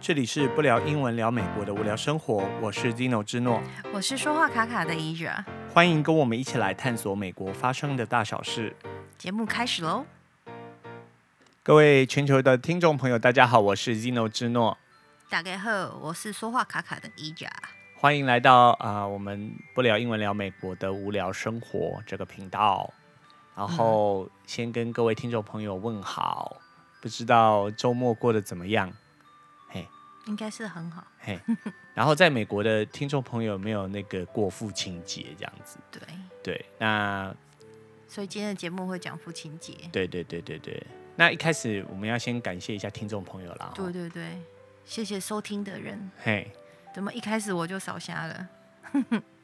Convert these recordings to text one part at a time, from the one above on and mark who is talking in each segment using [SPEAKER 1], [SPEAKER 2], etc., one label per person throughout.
[SPEAKER 1] 这里是不聊英文聊美国的无聊生活，我是 Zino 之诺，
[SPEAKER 2] 我是说话卡卡的怡惹。
[SPEAKER 1] 欢迎跟我们一起来探索美国发生的大小事。
[SPEAKER 2] 节目开始喽！
[SPEAKER 1] 各位全球的听众朋友，大家好，我是 Zino 之诺，
[SPEAKER 2] 大家好，我是说话卡卡的怡惹。
[SPEAKER 1] 欢迎来到啊、呃我们不聊英文聊美国的无聊生活这个频道。然后先跟各位听众朋友问好，不知道周末过得怎么样？
[SPEAKER 2] 应该是很好，
[SPEAKER 1] 嘿，然后在美国的听众朋友有没有那个过父亲节这样子？
[SPEAKER 2] 对，
[SPEAKER 1] 对，那
[SPEAKER 2] 所以今天的节目会讲父亲节。
[SPEAKER 1] 对对对对对。那一开始我们要先感谢一下听众朋友啦。
[SPEAKER 2] 对
[SPEAKER 1] 吼
[SPEAKER 2] 对对，谢谢收听的人。
[SPEAKER 1] 嘿，
[SPEAKER 2] 怎么一开始我就扫瞎了？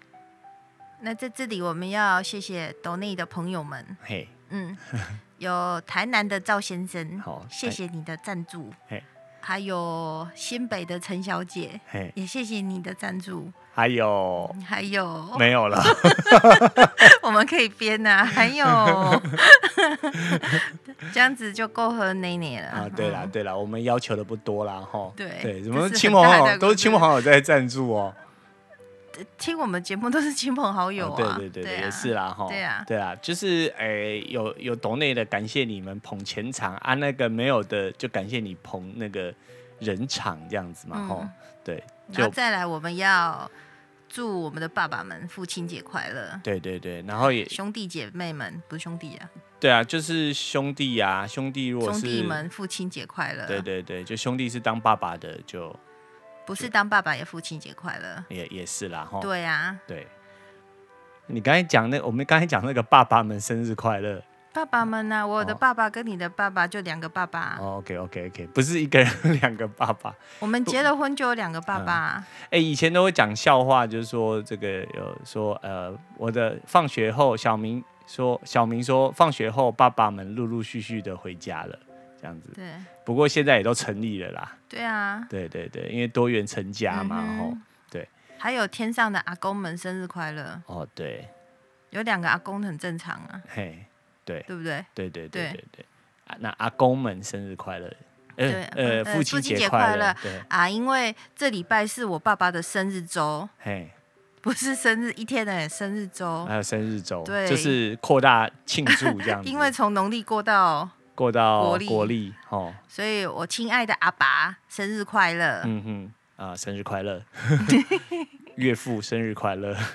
[SPEAKER 2] 那在这里我们要谢谢斗内的朋友们，
[SPEAKER 1] 嘿，
[SPEAKER 2] 嗯，有台南的赵先生
[SPEAKER 1] 好，
[SPEAKER 2] 谢谢你的赞助
[SPEAKER 1] 嘿，
[SPEAKER 2] 还有新北的陈小姐，
[SPEAKER 1] 嘿，
[SPEAKER 2] 也谢谢你的赞助，
[SPEAKER 1] 还有
[SPEAKER 2] 还有
[SPEAKER 1] 没 有了？
[SPEAKER 2] 我们可以编 呐、还有 这样子就够喝奶奶了
[SPEAKER 1] 啊，对啦
[SPEAKER 2] 嗯
[SPEAKER 1] 对啦，我们要求的不多啦，吼。
[SPEAKER 2] 对
[SPEAKER 1] 对，什
[SPEAKER 2] 这
[SPEAKER 1] 么
[SPEAKER 2] 是
[SPEAKER 1] 亲
[SPEAKER 2] 很
[SPEAKER 1] 朋
[SPEAKER 2] 大
[SPEAKER 1] 好
[SPEAKER 2] 的
[SPEAKER 1] 友都
[SPEAKER 2] 公
[SPEAKER 1] 是亲朋
[SPEAKER 2] 司
[SPEAKER 1] 好友在赞助哦。
[SPEAKER 2] 听我们节目都是亲朋好友
[SPEAKER 1] 哦
[SPEAKER 2] 啊，
[SPEAKER 1] 对对对对，
[SPEAKER 2] 啊
[SPEAKER 1] 也是啦，吼。
[SPEAKER 2] 对啊
[SPEAKER 1] 对啊，就是诶，有有懂内的感谢你们捧钱场啊，那个没有的就感谢你捧那个人场这样子嘛，吼
[SPEAKER 2] 嗯。
[SPEAKER 1] 对，
[SPEAKER 2] 然
[SPEAKER 1] 就
[SPEAKER 2] 后再来，我们要祝我们的爸爸们父亲节快乐，
[SPEAKER 1] 对对对，然后也
[SPEAKER 2] 兄弟姐妹们不是兄弟啊，
[SPEAKER 1] 对啊，就是兄弟啊，兄弟如果
[SPEAKER 2] 兄
[SPEAKER 1] 是
[SPEAKER 2] 弟们父亲节快乐，
[SPEAKER 1] 对，对对，就兄弟是当爸爸的，就
[SPEAKER 2] 不是当爸爸也父亲节快乐，
[SPEAKER 1] 也也是啦，哈。
[SPEAKER 2] 对啊，
[SPEAKER 1] 对你刚才讲那，我们刚才讲那个爸爸们生日快乐。
[SPEAKER 2] 爸爸们呢、我的
[SPEAKER 1] 哦
[SPEAKER 2] 爸爸跟你的爸爸就两个爸爸啊，
[SPEAKER 1] 哦，OK OK OK，不是一个人 两个爸爸。
[SPEAKER 2] 我们结了婚就有两个爸爸啊，
[SPEAKER 1] 哎，以前都会讲笑话，就是说这个有说呃，我的放学后，小明说小明说放学后，爸爸们陆陆续续的回家了，这样子。
[SPEAKER 2] 对
[SPEAKER 1] 不过现在也都成立了啦。
[SPEAKER 2] 对啊，
[SPEAKER 1] 对对对，因为多元成家嘛，
[SPEAKER 2] 嗯
[SPEAKER 1] 吼、
[SPEAKER 2] 哼
[SPEAKER 1] 对，
[SPEAKER 2] 还有天上的阿公们生日快乐，
[SPEAKER 1] 哦，对，
[SPEAKER 2] 有两个阿公很正常啊，
[SPEAKER 1] 嘿，对
[SPEAKER 2] 对不对？
[SPEAKER 1] 对对对
[SPEAKER 2] 对
[SPEAKER 1] 对对。啊那阿公们生日快乐，
[SPEAKER 2] 对
[SPEAKER 1] 呃
[SPEAKER 2] 呃
[SPEAKER 1] 呃，父
[SPEAKER 2] 父
[SPEAKER 1] 亲节
[SPEAKER 2] 亲节
[SPEAKER 1] 快
[SPEAKER 2] 快
[SPEAKER 1] 乐
[SPEAKER 2] 乐，
[SPEAKER 1] 对，
[SPEAKER 2] 啊，因为这礼拜是我爸爸的生日周，
[SPEAKER 1] 嘿，
[SPEAKER 2] 不是生日一天的生日周，
[SPEAKER 1] 还有生日周，
[SPEAKER 2] 对
[SPEAKER 1] 就是扩大庆祝这样子，
[SPEAKER 2] 因为从农历过到，
[SPEAKER 1] 过到
[SPEAKER 2] 国历
[SPEAKER 1] 国历哦，
[SPEAKER 2] 所以我亲爱的阿爸生日快乐，
[SPEAKER 1] 嗯哼，啊，生日快 乐，岳父生日快乐。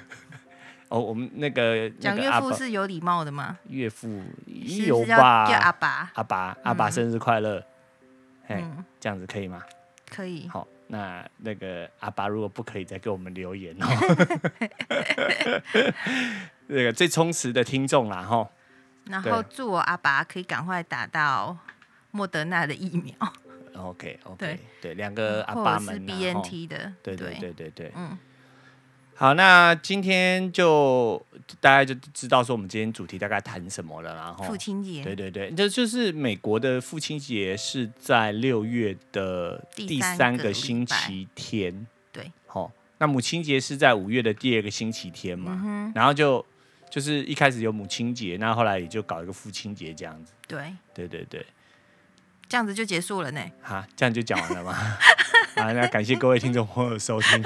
[SPEAKER 1] 哦，我们那个那
[SPEAKER 2] 讲
[SPEAKER 1] 个
[SPEAKER 2] 岳
[SPEAKER 1] 阿
[SPEAKER 2] 父
[SPEAKER 1] 爸
[SPEAKER 2] 是有礼貌的吗？
[SPEAKER 1] 岳父
[SPEAKER 2] 是不
[SPEAKER 1] 有
[SPEAKER 2] 是要
[SPEAKER 1] 吧？
[SPEAKER 2] 叫阿爸？
[SPEAKER 1] 阿爸阿爸
[SPEAKER 2] 嗯
[SPEAKER 1] 生日快乐，嘿，
[SPEAKER 2] 嗯，
[SPEAKER 1] 这样子可以吗？
[SPEAKER 2] 可以。
[SPEAKER 1] 好，那那个阿爸如果不可以再给我们留言哦。 那个最充实的听众啦，哈，
[SPEAKER 2] 然后
[SPEAKER 1] 对
[SPEAKER 2] 祝我阿爸可以赶快打到莫德纳的疫苗，
[SPEAKER 1] OK OK，
[SPEAKER 2] 对
[SPEAKER 1] 两个阿
[SPEAKER 2] 或
[SPEAKER 1] 爸
[SPEAKER 2] 者是
[SPEAKER 1] 们啦，啊吼
[SPEAKER 2] BNT 的，
[SPEAKER 1] 对对对对对，
[SPEAKER 2] 嗯，
[SPEAKER 1] 好，那今天就大家就知道说我们今天主题大概谈什么了啦，然后
[SPEAKER 2] 父亲节，
[SPEAKER 1] 对对对，这就是美国的父亲节是在六月的
[SPEAKER 2] 第
[SPEAKER 1] 第
[SPEAKER 2] 三
[SPEAKER 1] 三
[SPEAKER 2] 个
[SPEAKER 1] 个
[SPEAKER 2] 礼
[SPEAKER 1] 星
[SPEAKER 2] 拜
[SPEAKER 1] 期天。
[SPEAKER 2] 对，
[SPEAKER 1] 好、那母亲节是在五月的第二个星期天
[SPEAKER 2] 嗯
[SPEAKER 1] 嘛，然后就就是一开始有母亲节，那后来也就搞一个父亲节这样子。
[SPEAKER 2] 对，
[SPEAKER 1] 对对对，
[SPEAKER 2] 这样子就结束了呢。
[SPEAKER 1] 哈，这样就讲完了吗？ 啊，那感谢各位听众朋友的收听，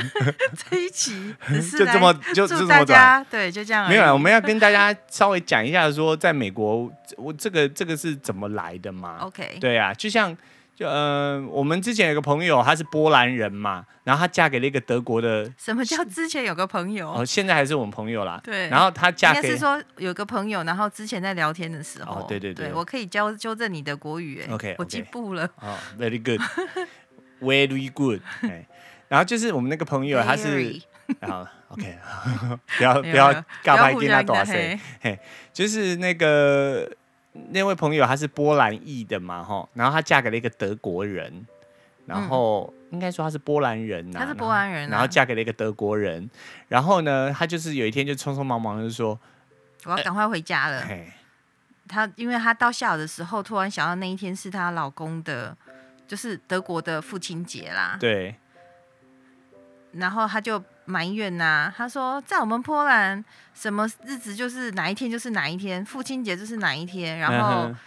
[SPEAKER 2] 这一 集只 是
[SPEAKER 1] 就这么
[SPEAKER 2] 来
[SPEAKER 1] 就就这
[SPEAKER 2] 祝
[SPEAKER 1] 么
[SPEAKER 2] 大
[SPEAKER 1] 短。
[SPEAKER 2] 家嗯对，就这样而已。
[SPEAKER 1] 没有啦，我们要跟大家稍微讲一下，说在美国，我这个这个是怎么来的嘛？
[SPEAKER 2] OK，
[SPEAKER 1] 对啊，就像就呃，我们之前有个朋友，她是波兰人嘛，然后她嫁给了一个德国的，
[SPEAKER 2] 什么叫之前有个朋友？
[SPEAKER 1] 哦，现在还是我们朋友啦。
[SPEAKER 2] 对
[SPEAKER 1] 然后她
[SPEAKER 2] 应
[SPEAKER 1] 嫁
[SPEAKER 2] 该
[SPEAKER 1] 给
[SPEAKER 2] 是说有个朋友，然后之前在聊天的时候，
[SPEAKER 1] 哦对对对
[SPEAKER 2] 我可以纠纠正你的国语，哎
[SPEAKER 1] OK，OK
[SPEAKER 2] 我进步了，
[SPEAKER 1] 哦，very good，very good，哎，然后就是我们那个朋友，她是
[SPEAKER 2] Very
[SPEAKER 1] 啊，OK，不 要不
[SPEAKER 2] 没有
[SPEAKER 1] 要
[SPEAKER 2] 没有
[SPEAKER 1] 尬
[SPEAKER 2] 不要
[SPEAKER 1] 拍
[SPEAKER 2] 互
[SPEAKER 1] 电话
[SPEAKER 2] 相
[SPEAKER 1] 多
[SPEAKER 2] 的
[SPEAKER 1] 谁？
[SPEAKER 2] 嘿，
[SPEAKER 1] 就是那个那位朋友，她是波兰裔的嘛，哈，然后她嫁给了一个德国人，然后、应该说她是波兰人呐、
[SPEAKER 2] 嗯她是波兰人
[SPEAKER 1] 然
[SPEAKER 2] 啊
[SPEAKER 1] 后然后嫁给了一个德国人，然后呢，她就是有一天就匆匆忙忙就说，
[SPEAKER 2] 我要赶快回家了。
[SPEAKER 1] 哎嘿，
[SPEAKER 2] 她因为她到下午的时候，突然想到那一天是她老公的，就是德国的父亲节啦，
[SPEAKER 1] 对，
[SPEAKER 2] 然后她就埋怨呐、她说在我们波兰什么日子就是哪一天就是哪一天，父亲节就是哪一天，然后
[SPEAKER 1] 嗯哼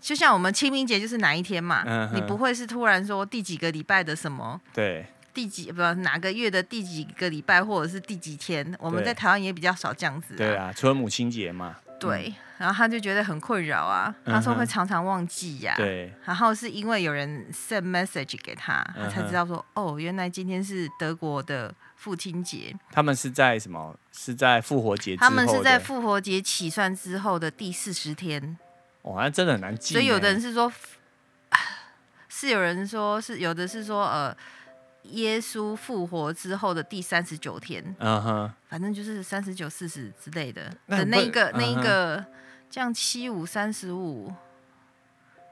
[SPEAKER 2] 就像我们清明节就是哪一天嘛，
[SPEAKER 1] 嗯哼
[SPEAKER 2] 你不会是突然说第几个礼拜的什么，
[SPEAKER 1] 对
[SPEAKER 2] 第几不哪个月的第几个礼拜或者是第几天，我们
[SPEAKER 1] 对
[SPEAKER 2] 在台湾也比较少这样子、啊。
[SPEAKER 1] 对啊，除了母亲节嘛，嗯
[SPEAKER 2] 对，然后他就觉得很困扰啊，他说
[SPEAKER 1] 嗯哼
[SPEAKER 2] 会常常忘记呀、
[SPEAKER 1] 对
[SPEAKER 2] 然后是因为有人 send message 给他，他才
[SPEAKER 1] 嗯哼
[SPEAKER 2] 知道说，哦，原来今天是德国的父亲节，
[SPEAKER 1] 他们是在什么？是在复活节之后
[SPEAKER 2] 他
[SPEAKER 1] 的，
[SPEAKER 2] 们是在复活节起算之后的第四十天，
[SPEAKER 1] 哦，那真的很难记呢。
[SPEAKER 2] 所以有的人是说，是有人说是有的是说呃，耶稣复活之后的第三十九天，
[SPEAKER 1] 嗯哼，
[SPEAKER 2] 反正就是三十九、四十之类的
[SPEAKER 1] 那
[SPEAKER 2] 的
[SPEAKER 1] 很
[SPEAKER 2] 那一个
[SPEAKER 1] 笨
[SPEAKER 2] 那一
[SPEAKER 1] 嗯哼
[SPEAKER 2] 个，这样七五三十五。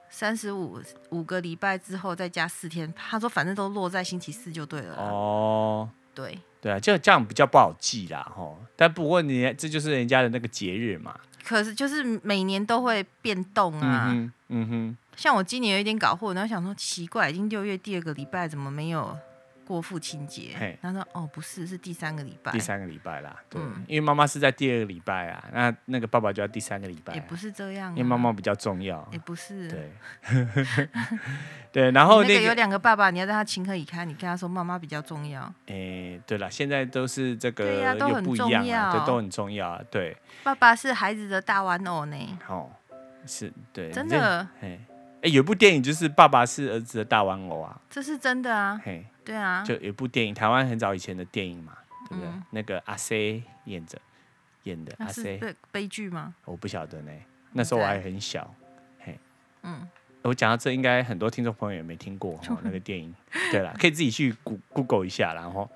[SPEAKER 2] 三十五五个礼拜之后再加四天，他说反正都落在星期四就对了啦。
[SPEAKER 1] 哦，
[SPEAKER 2] 对，
[SPEAKER 1] 对啊，就这样比较不好记啦，吼。但不过你这就是人家的那个节日嘛，
[SPEAKER 2] 可是就是每年都会变动啊。
[SPEAKER 1] 嗯哼，嗯哼，
[SPEAKER 2] 像我今年有一点搞混，然后想说奇怪，已经六月第二个礼拜怎么没有过父亲节
[SPEAKER 1] 嘿？
[SPEAKER 2] 然后说哦不是，是第三个礼拜，
[SPEAKER 1] 第三个礼拜啦，对，
[SPEAKER 2] 嗯
[SPEAKER 1] 因为妈妈是在第二个礼拜啊，那那个爸爸就要第三个礼拜啊、
[SPEAKER 2] 也不是这样、啊，
[SPEAKER 1] 因为妈妈比较重要，
[SPEAKER 2] 也不是。
[SPEAKER 1] 对， 对，然后
[SPEAKER 2] 你那个
[SPEAKER 1] 那
[SPEAKER 2] 有
[SPEAKER 1] 个，
[SPEAKER 2] 两个爸爸，你要让他情何以堪？你跟他说妈妈比较重要，
[SPEAKER 1] 诶，对了，现在都是这个
[SPEAKER 2] 对呀都
[SPEAKER 1] 又
[SPEAKER 2] 很
[SPEAKER 1] 不一
[SPEAKER 2] 重
[SPEAKER 1] 样啊，对，
[SPEAKER 2] 要
[SPEAKER 1] 都很重要啊，对，
[SPEAKER 2] 爸爸是孩子的大玩偶呢，
[SPEAKER 1] 好，是，对，
[SPEAKER 2] 真
[SPEAKER 1] 这，
[SPEAKER 2] 的，
[SPEAKER 1] 嘿，哎，有一部电影就是爸爸是儿子的大玩偶啊，
[SPEAKER 2] 这是真的啊，
[SPEAKER 1] 嘿，
[SPEAKER 2] 对啊，
[SPEAKER 1] 就有一部电影，台湾很早以前的电影嘛，对不对？
[SPEAKER 2] 嗯
[SPEAKER 1] 那个阿 C 演着演的
[SPEAKER 2] 那
[SPEAKER 1] 阿
[SPEAKER 2] 是
[SPEAKER 1] C，
[SPEAKER 2] 悲悲剧吗？
[SPEAKER 1] 我不晓得呢，那时候我还很小。
[SPEAKER 2] 嗯，
[SPEAKER 1] 我讲到这，应该很多听众朋友也没听过哦那个电影。对啦，可以自己去 Goo- Google 一下啦，然后，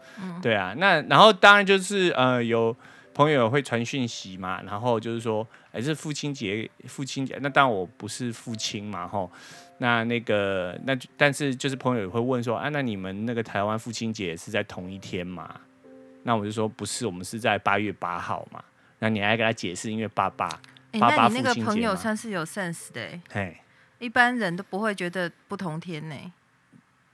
[SPEAKER 1] 对啊，那然后当然就是呃，有朋友会传讯息嘛，然后就是说，哎、是父亲节，父亲节，那当然我不是父亲嘛，吼，那那个那就但是就是朋友也会问说，啊，那你们那个台湾父亲节是在同一天嘛？那我就说不是，我们是在八月八号嘛。那你还给他解释，因为爸爸，
[SPEAKER 2] 哎、
[SPEAKER 1] 爸爸
[SPEAKER 2] 那你那个
[SPEAKER 1] 父亲节
[SPEAKER 2] 朋友
[SPEAKER 1] 吗
[SPEAKER 2] 算是有 sense 的、欸，
[SPEAKER 1] 嘿，
[SPEAKER 2] 一般人都不会觉得不同天呢、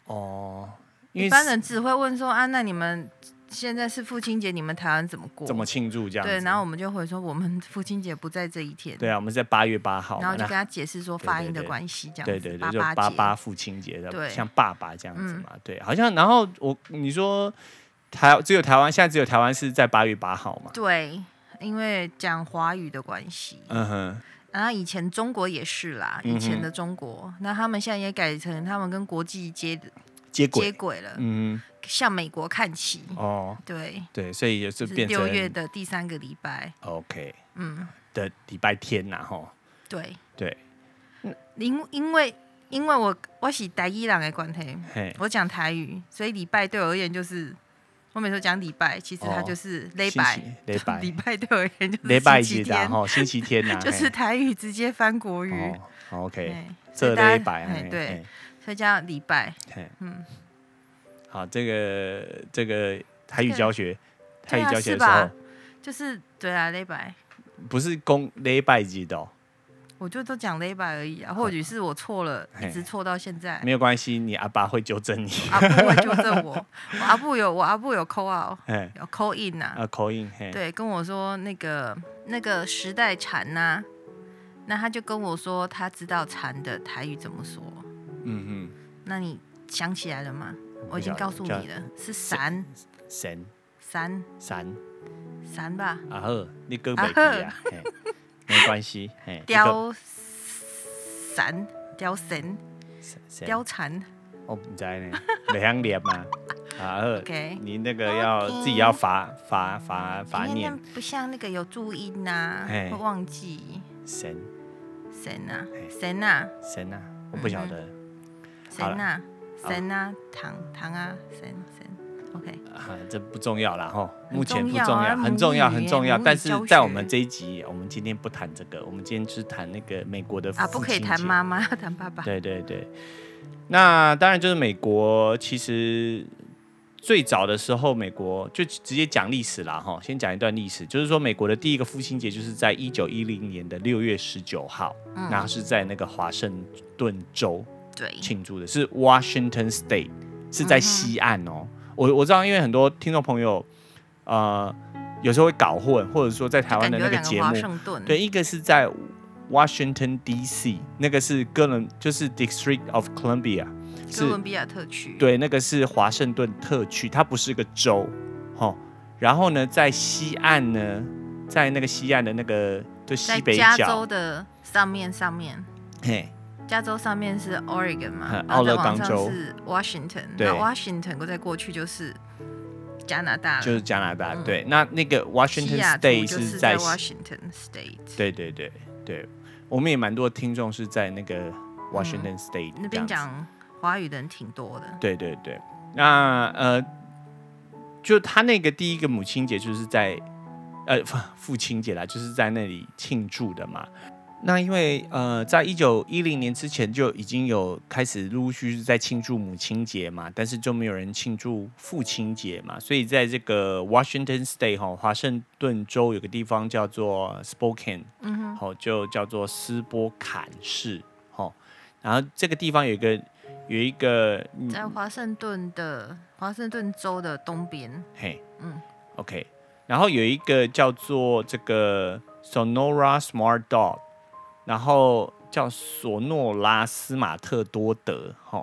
[SPEAKER 1] 哦，因为
[SPEAKER 2] 一般人只会问说啊，那你们现在是父亲节，你们台湾怎么过？
[SPEAKER 1] 怎么庆祝这样子？
[SPEAKER 2] 对，然后我们就回说我们父亲节不在这一天。
[SPEAKER 1] 对啊，我们是在八月八号嘛，
[SPEAKER 2] 然后就
[SPEAKER 1] 那
[SPEAKER 2] 跟他解释说
[SPEAKER 1] 对
[SPEAKER 2] 发
[SPEAKER 1] 对
[SPEAKER 2] 音的
[SPEAKER 1] 对
[SPEAKER 2] 关系，这样
[SPEAKER 1] 对
[SPEAKER 2] 子
[SPEAKER 1] 对对，
[SPEAKER 2] 八
[SPEAKER 1] 就
[SPEAKER 2] 八
[SPEAKER 1] 八
[SPEAKER 2] 节
[SPEAKER 1] 八父亲节
[SPEAKER 2] 对
[SPEAKER 1] 的，像爸爸这样子
[SPEAKER 2] 嗯
[SPEAKER 1] 嘛，对，好像然后我你说台只有台湾，现在只有台湾是在八月八号嘛，
[SPEAKER 2] 对，因为讲华语的关系。
[SPEAKER 1] 嗯哼，
[SPEAKER 2] 然后以前中国也是啦，以
[SPEAKER 1] 嗯
[SPEAKER 2] 前
[SPEAKER 1] 哼
[SPEAKER 2] 的中国，那他们现在也改成他们跟国际接
[SPEAKER 1] 接
[SPEAKER 2] 接
[SPEAKER 1] 轨，
[SPEAKER 2] 轨了，
[SPEAKER 1] 嗯
[SPEAKER 2] 向美国看齐。
[SPEAKER 1] 哼，哦，
[SPEAKER 2] 对，
[SPEAKER 1] 对，所以也是
[SPEAKER 2] 就是
[SPEAKER 1] 变
[SPEAKER 2] 六月
[SPEAKER 1] 成
[SPEAKER 2] 的第三个礼拜。
[SPEAKER 1] OK
[SPEAKER 2] 嗯，
[SPEAKER 1] 的礼拜天呐，吼，
[SPEAKER 2] 对，
[SPEAKER 1] 对，
[SPEAKER 2] 因因为因为我我是台伊人的关系，
[SPEAKER 1] 嘿，
[SPEAKER 2] 我讲台语，所以礼拜对我而言就是，我每次讲礼拜，其实它
[SPEAKER 1] 哦
[SPEAKER 2] 就是礼
[SPEAKER 1] 星
[SPEAKER 2] 拜
[SPEAKER 1] 期，礼拜
[SPEAKER 2] 礼拜对我而言就是
[SPEAKER 1] 礼拜
[SPEAKER 2] 星期
[SPEAKER 1] 日的
[SPEAKER 2] 天，
[SPEAKER 1] 吼，星期天呐，
[SPEAKER 2] 就是台语直接翻国
[SPEAKER 1] 嘿
[SPEAKER 2] 语，
[SPEAKER 1] 哦好，OK，
[SPEAKER 2] 哎所
[SPEAKER 1] 这
[SPEAKER 2] 以大家
[SPEAKER 1] 礼拜，
[SPEAKER 2] 哎
[SPEAKER 1] 嘿
[SPEAKER 2] 对，，所以叫礼拜，
[SPEAKER 1] 嘿嘿
[SPEAKER 2] 嗯，
[SPEAKER 1] 好，这个这个台语
[SPEAKER 2] 这个
[SPEAKER 1] 教学，台
[SPEAKER 2] 对
[SPEAKER 1] 语
[SPEAKER 2] 啊
[SPEAKER 1] 教学
[SPEAKER 2] 是
[SPEAKER 1] 的时候
[SPEAKER 2] 吧。？就是对啊，礼拜，
[SPEAKER 1] 不是公礼拜日的、哦，
[SPEAKER 2] 我就都讲礼拜而已啊，或许是我错了，
[SPEAKER 1] 哦嘿
[SPEAKER 2] 一直错到现 在。
[SPEAKER 1] 没有关系，你阿爸会纠正你。
[SPEAKER 2] 阿布会纠正我，我阿布有我阿布有 call out，
[SPEAKER 1] 哎，
[SPEAKER 2] 有 call in 呐、啊，
[SPEAKER 1] 啊，口音，嘿，
[SPEAKER 2] 对，跟我说那个那个时代蝉呐、那他就跟我说他知道蝉的台语怎么说，
[SPEAKER 1] 嗯
[SPEAKER 2] 那你想起来了吗？我已经
[SPEAKER 1] 不晓
[SPEAKER 2] 告
[SPEAKER 1] 得
[SPEAKER 2] 诉你
[SPEAKER 1] 叫
[SPEAKER 2] 了，是闪
[SPEAKER 1] 嗯，神
[SPEAKER 2] 闪
[SPEAKER 1] 神
[SPEAKER 2] 闪吧，
[SPEAKER 1] 啊呵，你哥北地啊，嘿，没关系，嘿，你还
[SPEAKER 2] 雕闪雕神
[SPEAKER 1] 神神
[SPEAKER 2] 雕蝉
[SPEAKER 1] 我不知道呢，没想念嘛，啊呵，
[SPEAKER 2] ，OK。
[SPEAKER 1] 你那个要
[SPEAKER 2] OK
[SPEAKER 1] 自己要罚罚罚罚
[SPEAKER 2] 因为那
[SPEAKER 1] 念
[SPEAKER 2] 不像那个有注音呐、
[SPEAKER 1] 嘿
[SPEAKER 2] 会忘记
[SPEAKER 1] 神
[SPEAKER 2] 神呐、
[SPEAKER 1] 嘿
[SPEAKER 2] 神呐、
[SPEAKER 1] 神啊，我不晓得好了
[SPEAKER 2] 神呐、
[SPEAKER 1] 好了
[SPEAKER 2] 神呐、唐唐啊，神神，OK。
[SPEAKER 1] 啊，这不重要啦吼，
[SPEAKER 2] 很
[SPEAKER 1] 目前不
[SPEAKER 2] 重要
[SPEAKER 1] 重
[SPEAKER 2] 啊
[SPEAKER 1] 要，很
[SPEAKER 2] 母
[SPEAKER 1] 重要，
[SPEAKER 2] 语
[SPEAKER 1] 很
[SPEAKER 2] 耶
[SPEAKER 1] 重要。
[SPEAKER 2] 母语
[SPEAKER 1] 但是
[SPEAKER 2] 教
[SPEAKER 1] 在我
[SPEAKER 2] 学
[SPEAKER 1] 们这一集，我们今天不谈这个，我们今天只谈那个美国的
[SPEAKER 2] 啊，不
[SPEAKER 1] 父
[SPEAKER 2] 可以
[SPEAKER 1] 亲
[SPEAKER 2] 谈
[SPEAKER 1] 节
[SPEAKER 2] 妈妈， 要谈爸爸。
[SPEAKER 1] 对对对，那当然就是美国，其实最早的时候，美国就直接讲历史啦，哈，先讲一段历史，就是说美国的第一个父亲节就是在一九一零年的六月十九号，
[SPEAKER 2] 嗯
[SPEAKER 1] 然后是在那个华盛顿州
[SPEAKER 2] 对，
[SPEAKER 1] 庆祝的，是 Washington State，是
[SPEAKER 2] 嗯
[SPEAKER 1] 在西岸哦。我我知道，因为很多听众朋友，呃，有时候会搞混，或者说在台湾的
[SPEAKER 2] 感觉
[SPEAKER 1] 那
[SPEAKER 2] 有
[SPEAKER 1] 个
[SPEAKER 2] 两个
[SPEAKER 1] 节目
[SPEAKER 2] 华，盛顿。
[SPEAKER 1] 对，一个是在 Washington D.C.，那个是哥伦，就是 District of Columbia，
[SPEAKER 2] 哥
[SPEAKER 1] 是
[SPEAKER 2] 伦比亚特区，，
[SPEAKER 1] 对，那个是华盛顿特区，它不是个州，哦。然后呢，在西岸呢，在那个西岸的那个就
[SPEAKER 2] 在
[SPEAKER 1] 西北
[SPEAKER 2] 加州
[SPEAKER 1] 角，
[SPEAKER 2] 的上面上面，
[SPEAKER 1] 嘿，
[SPEAKER 2] 加州上面是 Oregon 嘛
[SPEAKER 1] 嗯，
[SPEAKER 2] 然后再
[SPEAKER 1] 奥勒冈
[SPEAKER 2] 往上
[SPEAKER 1] 州
[SPEAKER 2] 是 Washington，
[SPEAKER 1] 对
[SPEAKER 2] 那 Washington 再过去就是加拿大了，
[SPEAKER 1] 就是加拿大。
[SPEAKER 2] 嗯
[SPEAKER 1] 对，那那个
[SPEAKER 2] 西
[SPEAKER 1] Washington
[SPEAKER 2] 雅图
[SPEAKER 1] State
[SPEAKER 2] 就是在
[SPEAKER 1] 在
[SPEAKER 2] Washington State，
[SPEAKER 1] 对对对对，我们也蛮多听众是在那个 Washington State、
[SPEAKER 2] 嗯那边。讲华语的人挺多的，
[SPEAKER 1] 对对对，那呃，就他那个第一个母亲节就是在呃父父亲节啦，就是在那里庆祝的嘛。那因为呃，在一九一零年之前就已经有开始陆陆续续在庆祝母亲节嘛，但是就没有人庆祝父亲节嘛，所以在这个 Washington State 哈、华盛顿州有个地方叫做 Spokane，
[SPEAKER 2] 嗯哼，
[SPEAKER 1] 好、就叫做斯波坎市，好、然后这个地方有一个有一个嗯
[SPEAKER 2] 在华盛顿的华盛顿州的东边，
[SPEAKER 1] 嘿，
[SPEAKER 2] 嗯
[SPEAKER 1] ，OK，然后有一个叫做这个 Sonora Smart Dog，然后叫索诺拉斯马特多德，哈、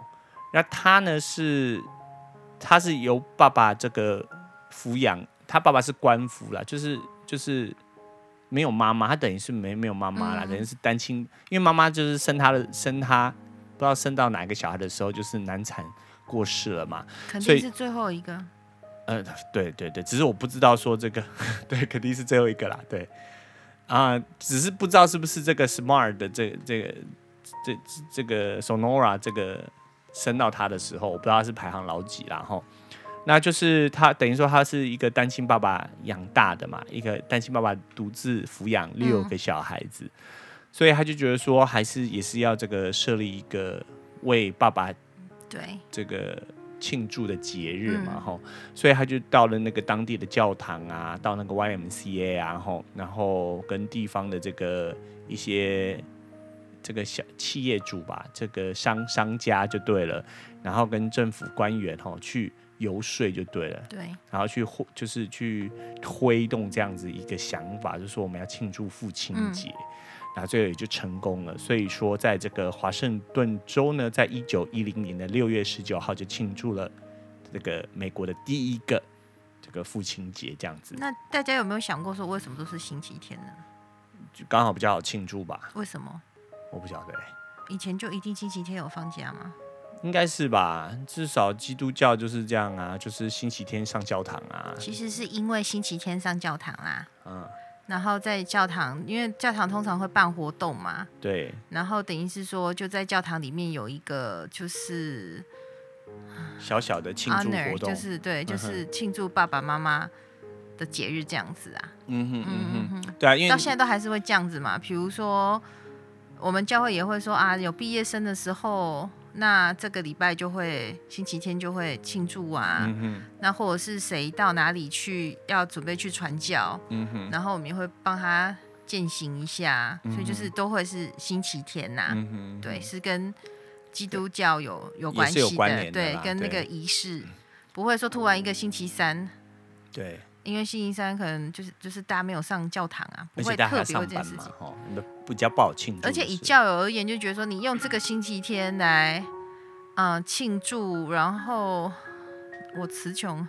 [SPEAKER 1] 那他呢是他是由爸爸这个抚养，他爸爸是官服啦，就是就是。没有妈妈，他等于是没没有妈妈啦，
[SPEAKER 2] 嗯
[SPEAKER 1] 等于是单亲，因为妈妈就是生他的生他，不知道生到哪个小孩的时候，就是难产过世了嘛，
[SPEAKER 2] 肯
[SPEAKER 1] 所以
[SPEAKER 2] 定是最后一个。
[SPEAKER 1] 呃，对对对，只是我不知道说这个， 对，肯定是最后一个啦，对，啊、只是不知道是不是这个 smart 的这这个这这个 Sonora 这个升到他的时候，我不知道他是排行老几啦吼。那就是他等于说他是一个单亲爸爸养大的嘛，一个单亲爸爸独自抚养六个小孩子，所以他就觉得说还是也是要这个设立一个为爸爸
[SPEAKER 2] 对，
[SPEAKER 1] 这个庆祝的节日嘛，
[SPEAKER 2] 嗯
[SPEAKER 1] 吼、所以他就到了那个当地的教堂啊，到那个 YMCA 啊，吼，然后跟地方的这个一些这个小企业主吧，这个商商家就对了，然后跟政府官员吼去游说就对了，
[SPEAKER 2] 对，
[SPEAKER 1] 然后去或就是去推动这样子一个想法，就是说我们要庆祝父亲节，
[SPEAKER 2] 嗯
[SPEAKER 1] 然后最后也就成功了。所以说，在这个华盛顿州呢，在一九一零年的六月十九号就庆祝了这个美国的第一个这个父亲节，这样子
[SPEAKER 2] 那大家有没有想过说，为什么都是星期天呢？
[SPEAKER 1] 就刚好比较好庆祝吧，
[SPEAKER 2] 为什么
[SPEAKER 1] 我不晓得欸、
[SPEAKER 2] 以前就一定星期天有放假吗？
[SPEAKER 1] 应该是吧，至少基督教就是这样啊，就是星期天上教堂啊，
[SPEAKER 2] 其实是因为星期天上教堂啦，
[SPEAKER 1] 嗯，
[SPEAKER 2] 然后在教堂，因为教堂通常会办活动嘛，
[SPEAKER 1] 对，
[SPEAKER 2] 然后等于是说就在教堂里面有一个就是
[SPEAKER 1] 小小的庆祝
[SPEAKER 2] honor，
[SPEAKER 1] 活动，嗯
[SPEAKER 2] 就是对，就是庆祝爸爸妈妈的节日这样子啊。
[SPEAKER 1] 嗯哼嗯
[SPEAKER 2] 嗯
[SPEAKER 1] 哼，
[SPEAKER 2] 嗯嗯，
[SPEAKER 1] 对啊，因为
[SPEAKER 2] 到现在都还是会这样子嘛。比如说我们教会也会说啊，有毕业生的时候，那这个礼拜就会星期天就会庆祝啊。
[SPEAKER 1] 嗯哼。
[SPEAKER 2] 那或者是谁到哪里去要准备去传教，
[SPEAKER 1] 嗯哼，
[SPEAKER 2] 然后我们也会帮他践行一下，所以就是都会是星期天呐、
[SPEAKER 1] 嗯哼，
[SPEAKER 2] 啊对，是跟基督教有有
[SPEAKER 1] 也
[SPEAKER 2] 关
[SPEAKER 1] 是
[SPEAKER 2] 系
[SPEAKER 1] 有
[SPEAKER 2] 的，
[SPEAKER 1] 关联的
[SPEAKER 2] 对
[SPEAKER 1] 啦，
[SPEAKER 2] 跟
[SPEAKER 1] 对
[SPEAKER 2] 那个仪式不会说突然一个星期三，
[SPEAKER 1] 对，
[SPEAKER 2] 因为星期三可能就是就是大家没有上教堂啊，
[SPEAKER 1] 而
[SPEAKER 2] 不
[SPEAKER 1] 且
[SPEAKER 2] 会
[SPEAKER 1] 大家还
[SPEAKER 2] 特
[SPEAKER 1] 要
[SPEAKER 2] 别有
[SPEAKER 1] 上班
[SPEAKER 2] 这件事
[SPEAKER 1] 嘛
[SPEAKER 2] 情，，
[SPEAKER 1] 哈，那比较不好庆祝的
[SPEAKER 2] 而
[SPEAKER 1] 事。
[SPEAKER 2] 且以教友而言，就觉得说你用这个星期天来嗯、呃庆祝，然后我词穷。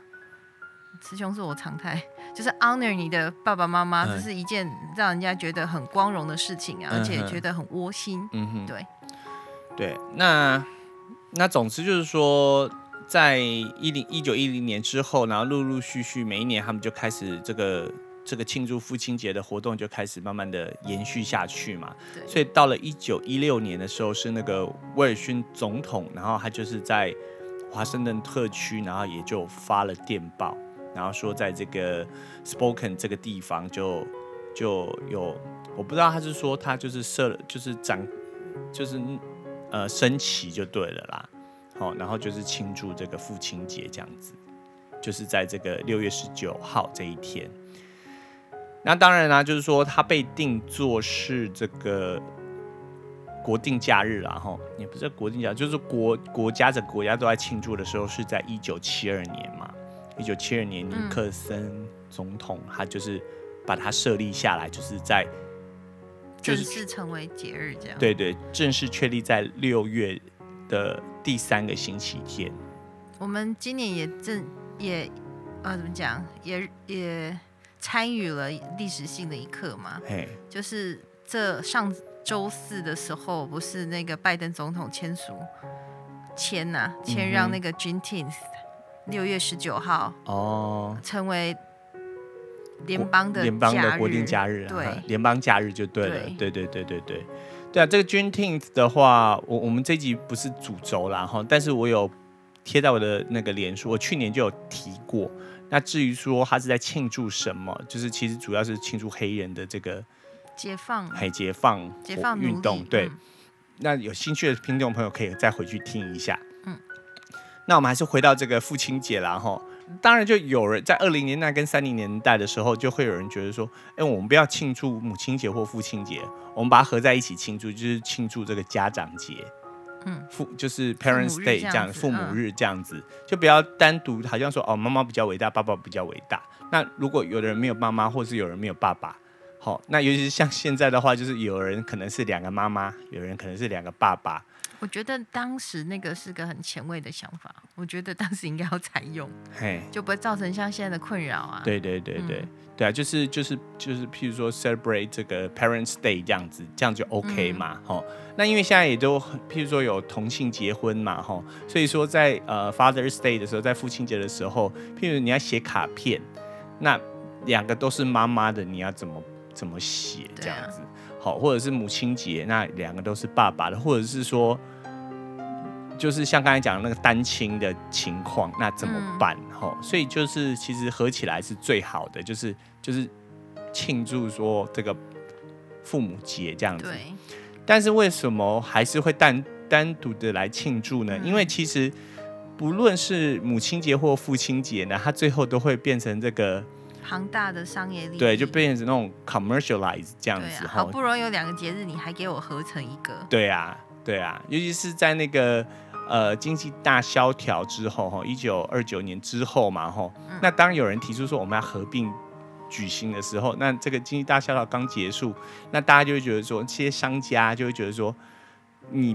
[SPEAKER 2] 词穷是我常态， 就是 honor 你的爸爸妈妈，
[SPEAKER 1] 嗯
[SPEAKER 2] 这是一件让人家觉得很光荣的事情啊，
[SPEAKER 1] 嗯
[SPEAKER 2] 而且
[SPEAKER 1] 嗯
[SPEAKER 2] 觉得很窝心。
[SPEAKER 1] 嗯哼，
[SPEAKER 2] 对
[SPEAKER 1] 对，那那总之就是说，在一零一九一零年之后，然后陆陆续续每一年他们就开始这个这个庆祝父亲节的活动就开始慢慢的延续下去嘛。
[SPEAKER 2] 对，
[SPEAKER 1] 所以到了一九一六年的时候，是那个威尔逊总统，然后他就是在华盛顿特区，然后也就发了电报，然后说在这个 Spoken 这个地方就就有，我不知道他是说他就是设了就是展就是呃升旗就对了啦，好、然后就是庆祝这个父亲节这样子，就是在这个六月十九号这一天。那当然啦、就是说它被定作是这个国定假日啦，吼，也不是国定假日，就是国国家整个国家都在庆祝的时候，是在一九七二年嘛。一九七二年，尼克森总统他就是把它设立下来，就是在就
[SPEAKER 2] 正
[SPEAKER 1] 是
[SPEAKER 2] 式成为节日这样。，
[SPEAKER 1] 对对，正式确立在六月的第三个星期天。
[SPEAKER 2] 我们今年也正也呃怎么讲，也也参与了历史性的一刻嘛，
[SPEAKER 1] 嘿，
[SPEAKER 2] 就是这上周四的时候，不是那个拜登总统签署签呐、签
[SPEAKER 1] 嗯
[SPEAKER 2] 让
[SPEAKER 1] 哼
[SPEAKER 2] 那个 Juneteenth 六月十九号
[SPEAKER 1] 哦，
[SPEAKER 2] 成为联
[SPEAKER 1] 国
[SPEAKER 2] 邦的
[SPEAKER 1] 联邦的
[SPEAKER 2] 假
[SPEAKER 1] 国定
[SPEAKER 2] 日
[SPEAKER 1] 假日，
[SPEAKER 2] 对
[SPEAKER 1] 啊联邦假日就对了，
[SPEAKER 2] 对
[SPEAKER 1] 对对对对对，对啊，这个 Juneteenth 的话，我我们这集不是主轴啦哈，但是我有贴在我的那个脸书，我去年就有提过。那至于说他是在庆祝什么，就是其实主要是庆祝黑人的这个
[SPEAKER 2] 解放
[SPEAKER 1] 海解放
[SPEAKER 2] 解放奴
[SPEAKER 1] 运
[SPEAKER 2] 隶
[SPEAKER 1] 动，对，
[SPEAKER 2] 嗯
[SPEAKER 1] 那有兴趣的听众朋友可以再回去听一下。
[SPEAKER 2] 嗯
[SPEAKER 1] 嗯，那我们还是回到这个父亲节啦，哈。当然，就有人在二零年代跟三零年代的时候，就会有人觉得说，哎、我们不要庆祝母亲节或父亲节，我们把它合在一起庆祝，就是庆祝这个家长节，
[SPEAKER 2] 嗯
[SPEAKER 1] 嗯，父就是 Parents
[SPEAKER 2] 母日
[SPEAKER 1] Day
[SPEAKER 2] 这
[SPEAKER 1] 这样，
[SPEAKER 2] 样子
[SPEAKER 1] 父母
[SPEAKER 2] 嗯
[SPEAKER 1] 日这样子，就不要单独好像说哦，妈妈比较伟大，爸爸比较伟大。那如果有的人没有妈妈，或是有人没有爸爸，好、那尤其是像现在的话，就是有人可能是两个妈妈，有人可能是两个爸爸，
[SPEAKER 2] 我觉得当时那个是个很前卫的想法，我觉得当时应该要采用，
[SPEAKER 1] 嘿，
[SPEAKER 2] 就不会造成像现在的困扰啊。，
[SPEAKER 1] 对对对对、
[SPEAKER 2] 嗯
[SPEAKER 1] 对啊，就是就是就是，譬如说 celebrate 这个 Parents Day 这样子，这样就 OK
[SPEAKER 2] 嗯
[SPEAKER 1] 嘛，吼、那因为现在也都很譬如说有同性结婚嘛，吼，所以说在呃 Father's Day 的时候，在父亲节的时候，譬如你要写卡片，那两个都是妈妈的，你要怎么怎么写
[SPEAKER 2] 对
[SPEAKER 1] 这
[SPEAKER 2] 啊
[SPEAKER 1] 样子？好，或者是母亲节，那两个都是爸爸的，或者是说。就是像刚才讲的那个单亲的情况，那怎么办？
[SPEAKER 2] 嗯
[SPEAKER 1] 吼、所以就是其实合起来是最好的，就是就是庆祝说这个父母节这样子。
[SPEAKER 2] 对，
[SPEAKER 1] 但是为什么还是会单单独的来庆祝呢？
[SPEAKER 2] 嗯
[SPEAKER 1] 因为其实不论是母亲节或父亲节呢，它最后都会变成这个，
[SPEAKER 2] 庞大的商业利益，
[SPEAKER 1] 对，就变成那种 commercialize 这样
[SPEAKER 2] 对
[SPEAKER 1] 子
[SPEAKER 2] 啊，
[SPEAKER 1] 哈、
[SPEAKER 2] 好不容易有两个节日，你还给我合成一个，
[SPEAKER 1] 对啊，对啊，尤其是在那个呃经济大萧条之后哈，一九二九年之后嘛哈，那当有人提出说我们要合并。举行的时候，那这个经济大萧条刚结束，那大家就会觉得说，这些商家就会觉得说，你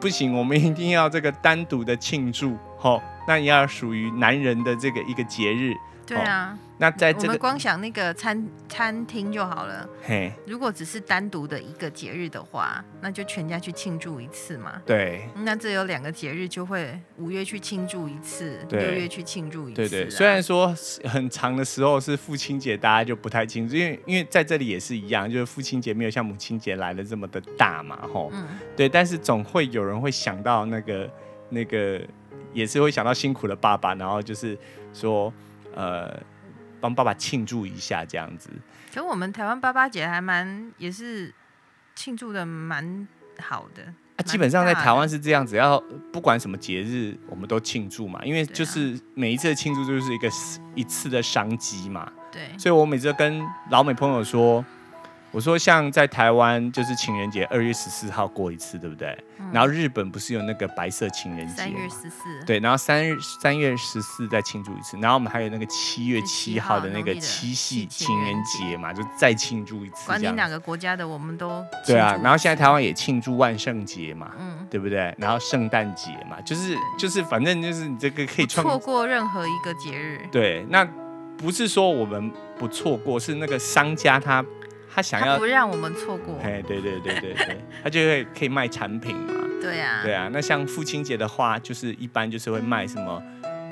[SPEAKER 1] 不行，我们一定要这个单独的庆祝，吼，那也要属于男人的这个一个节日。
[SPEAKER 2] 对啊，
[SPEAKER 1] 那在
[SPEAKER 2] 我
[SPEAKER 1] 这
[SPEAKER 2] 们
[SPEAKER 1] 个
[SPEAKER 2] 光想那个餐餐厅就好了。
[SPEAKER 1] 嘿，
[SPEAKER 2] 如果只是单独的一个节日的话，那就全家去庆祝一次嘛。
[SPEAKER 1] 对，
[SPEAKER 2] 那这有两个节日就会五月去庆祝一次，六
[SPEAKER 1] 对
[SPEAKER 2] 月去庆祝一次、啊。
[SPEAKER 1] 对对，虽然说是很长的时候是父亲节，大家就不太清楚，因为因为在这里也是一样，就是父亲节没有像母亲节来的这么的大嘛，吼，
[SPEAKER 2] 嗯
[SPEAKER 1] 对，但是总会有人会想到那个那个，也是会想到辛苦的爸爸，然后就是说，呃，帮爸爸庆祝一下这样子，
[SPEAKER 2] 可我们台湾八八节还蛮也是庆祝的蛮好的，
[SPEAKER 1] 啊，
[SPEAKER 2] 蛮
[SPEAKER 1] 基本上在
[SPEAKER 2] 大
[SPEAKER 1] 台
[SPEAKER 2] 的
[SPEAKER 1] 湾是这样子，要不管什么节日，我们都庆祝嘛，因为
[SPEAKER 2] 对啊
[SPEAKER 1] 就是每一次的庆祝就是一个一次的商机嘛，
[SPEAKER 2] 对，
[SPEAKER 1] 所以我每次都跟老美朋友说，我说像在台湾就是情人节二月十四号过一次，对不对？然后日本不是有那个白色情人节
[SPEAKER 2] 嗯三月
[SPEAKER 1] 吗？
[SPEAKER 2] 十四，
[SPEAKER 1] 啊对，然后三日三月十四再庆祝一次，然后我们还有那个七月七号的那
[SPEAKER 2] 农历
[SPEAKER 1] 个
[SPEAKER 2] 的
[SPEAKER 1] 七夕
[SPEAKER 2] 七
[SPEAKER 1] 情人节嘛，就再庆祝一次
[SPEAKER 2] 管
[SPEAKER 1] 这
[SPEAKER 2] 你
[SPEAKER 1] 样
[SPEAKER 2] 哪
[SPEAKER 1] 子。
[SPEAKER 2] 个国家的，我们都
[SPEAKER 1] 对啊
[SPEAKER 2] 庆，祝
[SPEAKER 1] 然后现在台湾也庆祝万圣节嘛，
[SPEAKER 2] 嗯，
[SPEAKER 1] 对不对？然后圣诞节嘛，就是就是反正就是你这个可以
[SPEAKER 2] 不
[SPEAKER 1] 创
[SPEAKER 2] 错过任何一个节日，
[SPEAKER 1] 对，那不是说我们不错过，是那个商家他他想
[SPEAKER 2] 他
[SPEAKER 1] 要
[SPEAKER 2] 不，让我们错过，
[SPEAKER 1] 哎，对对对对对，他就会可以卖产品嘛。
[SPEAKER 2] 对啊，
[SPEAKER 1] 对啊，那像父亲节的话，就是一般就是会卖什么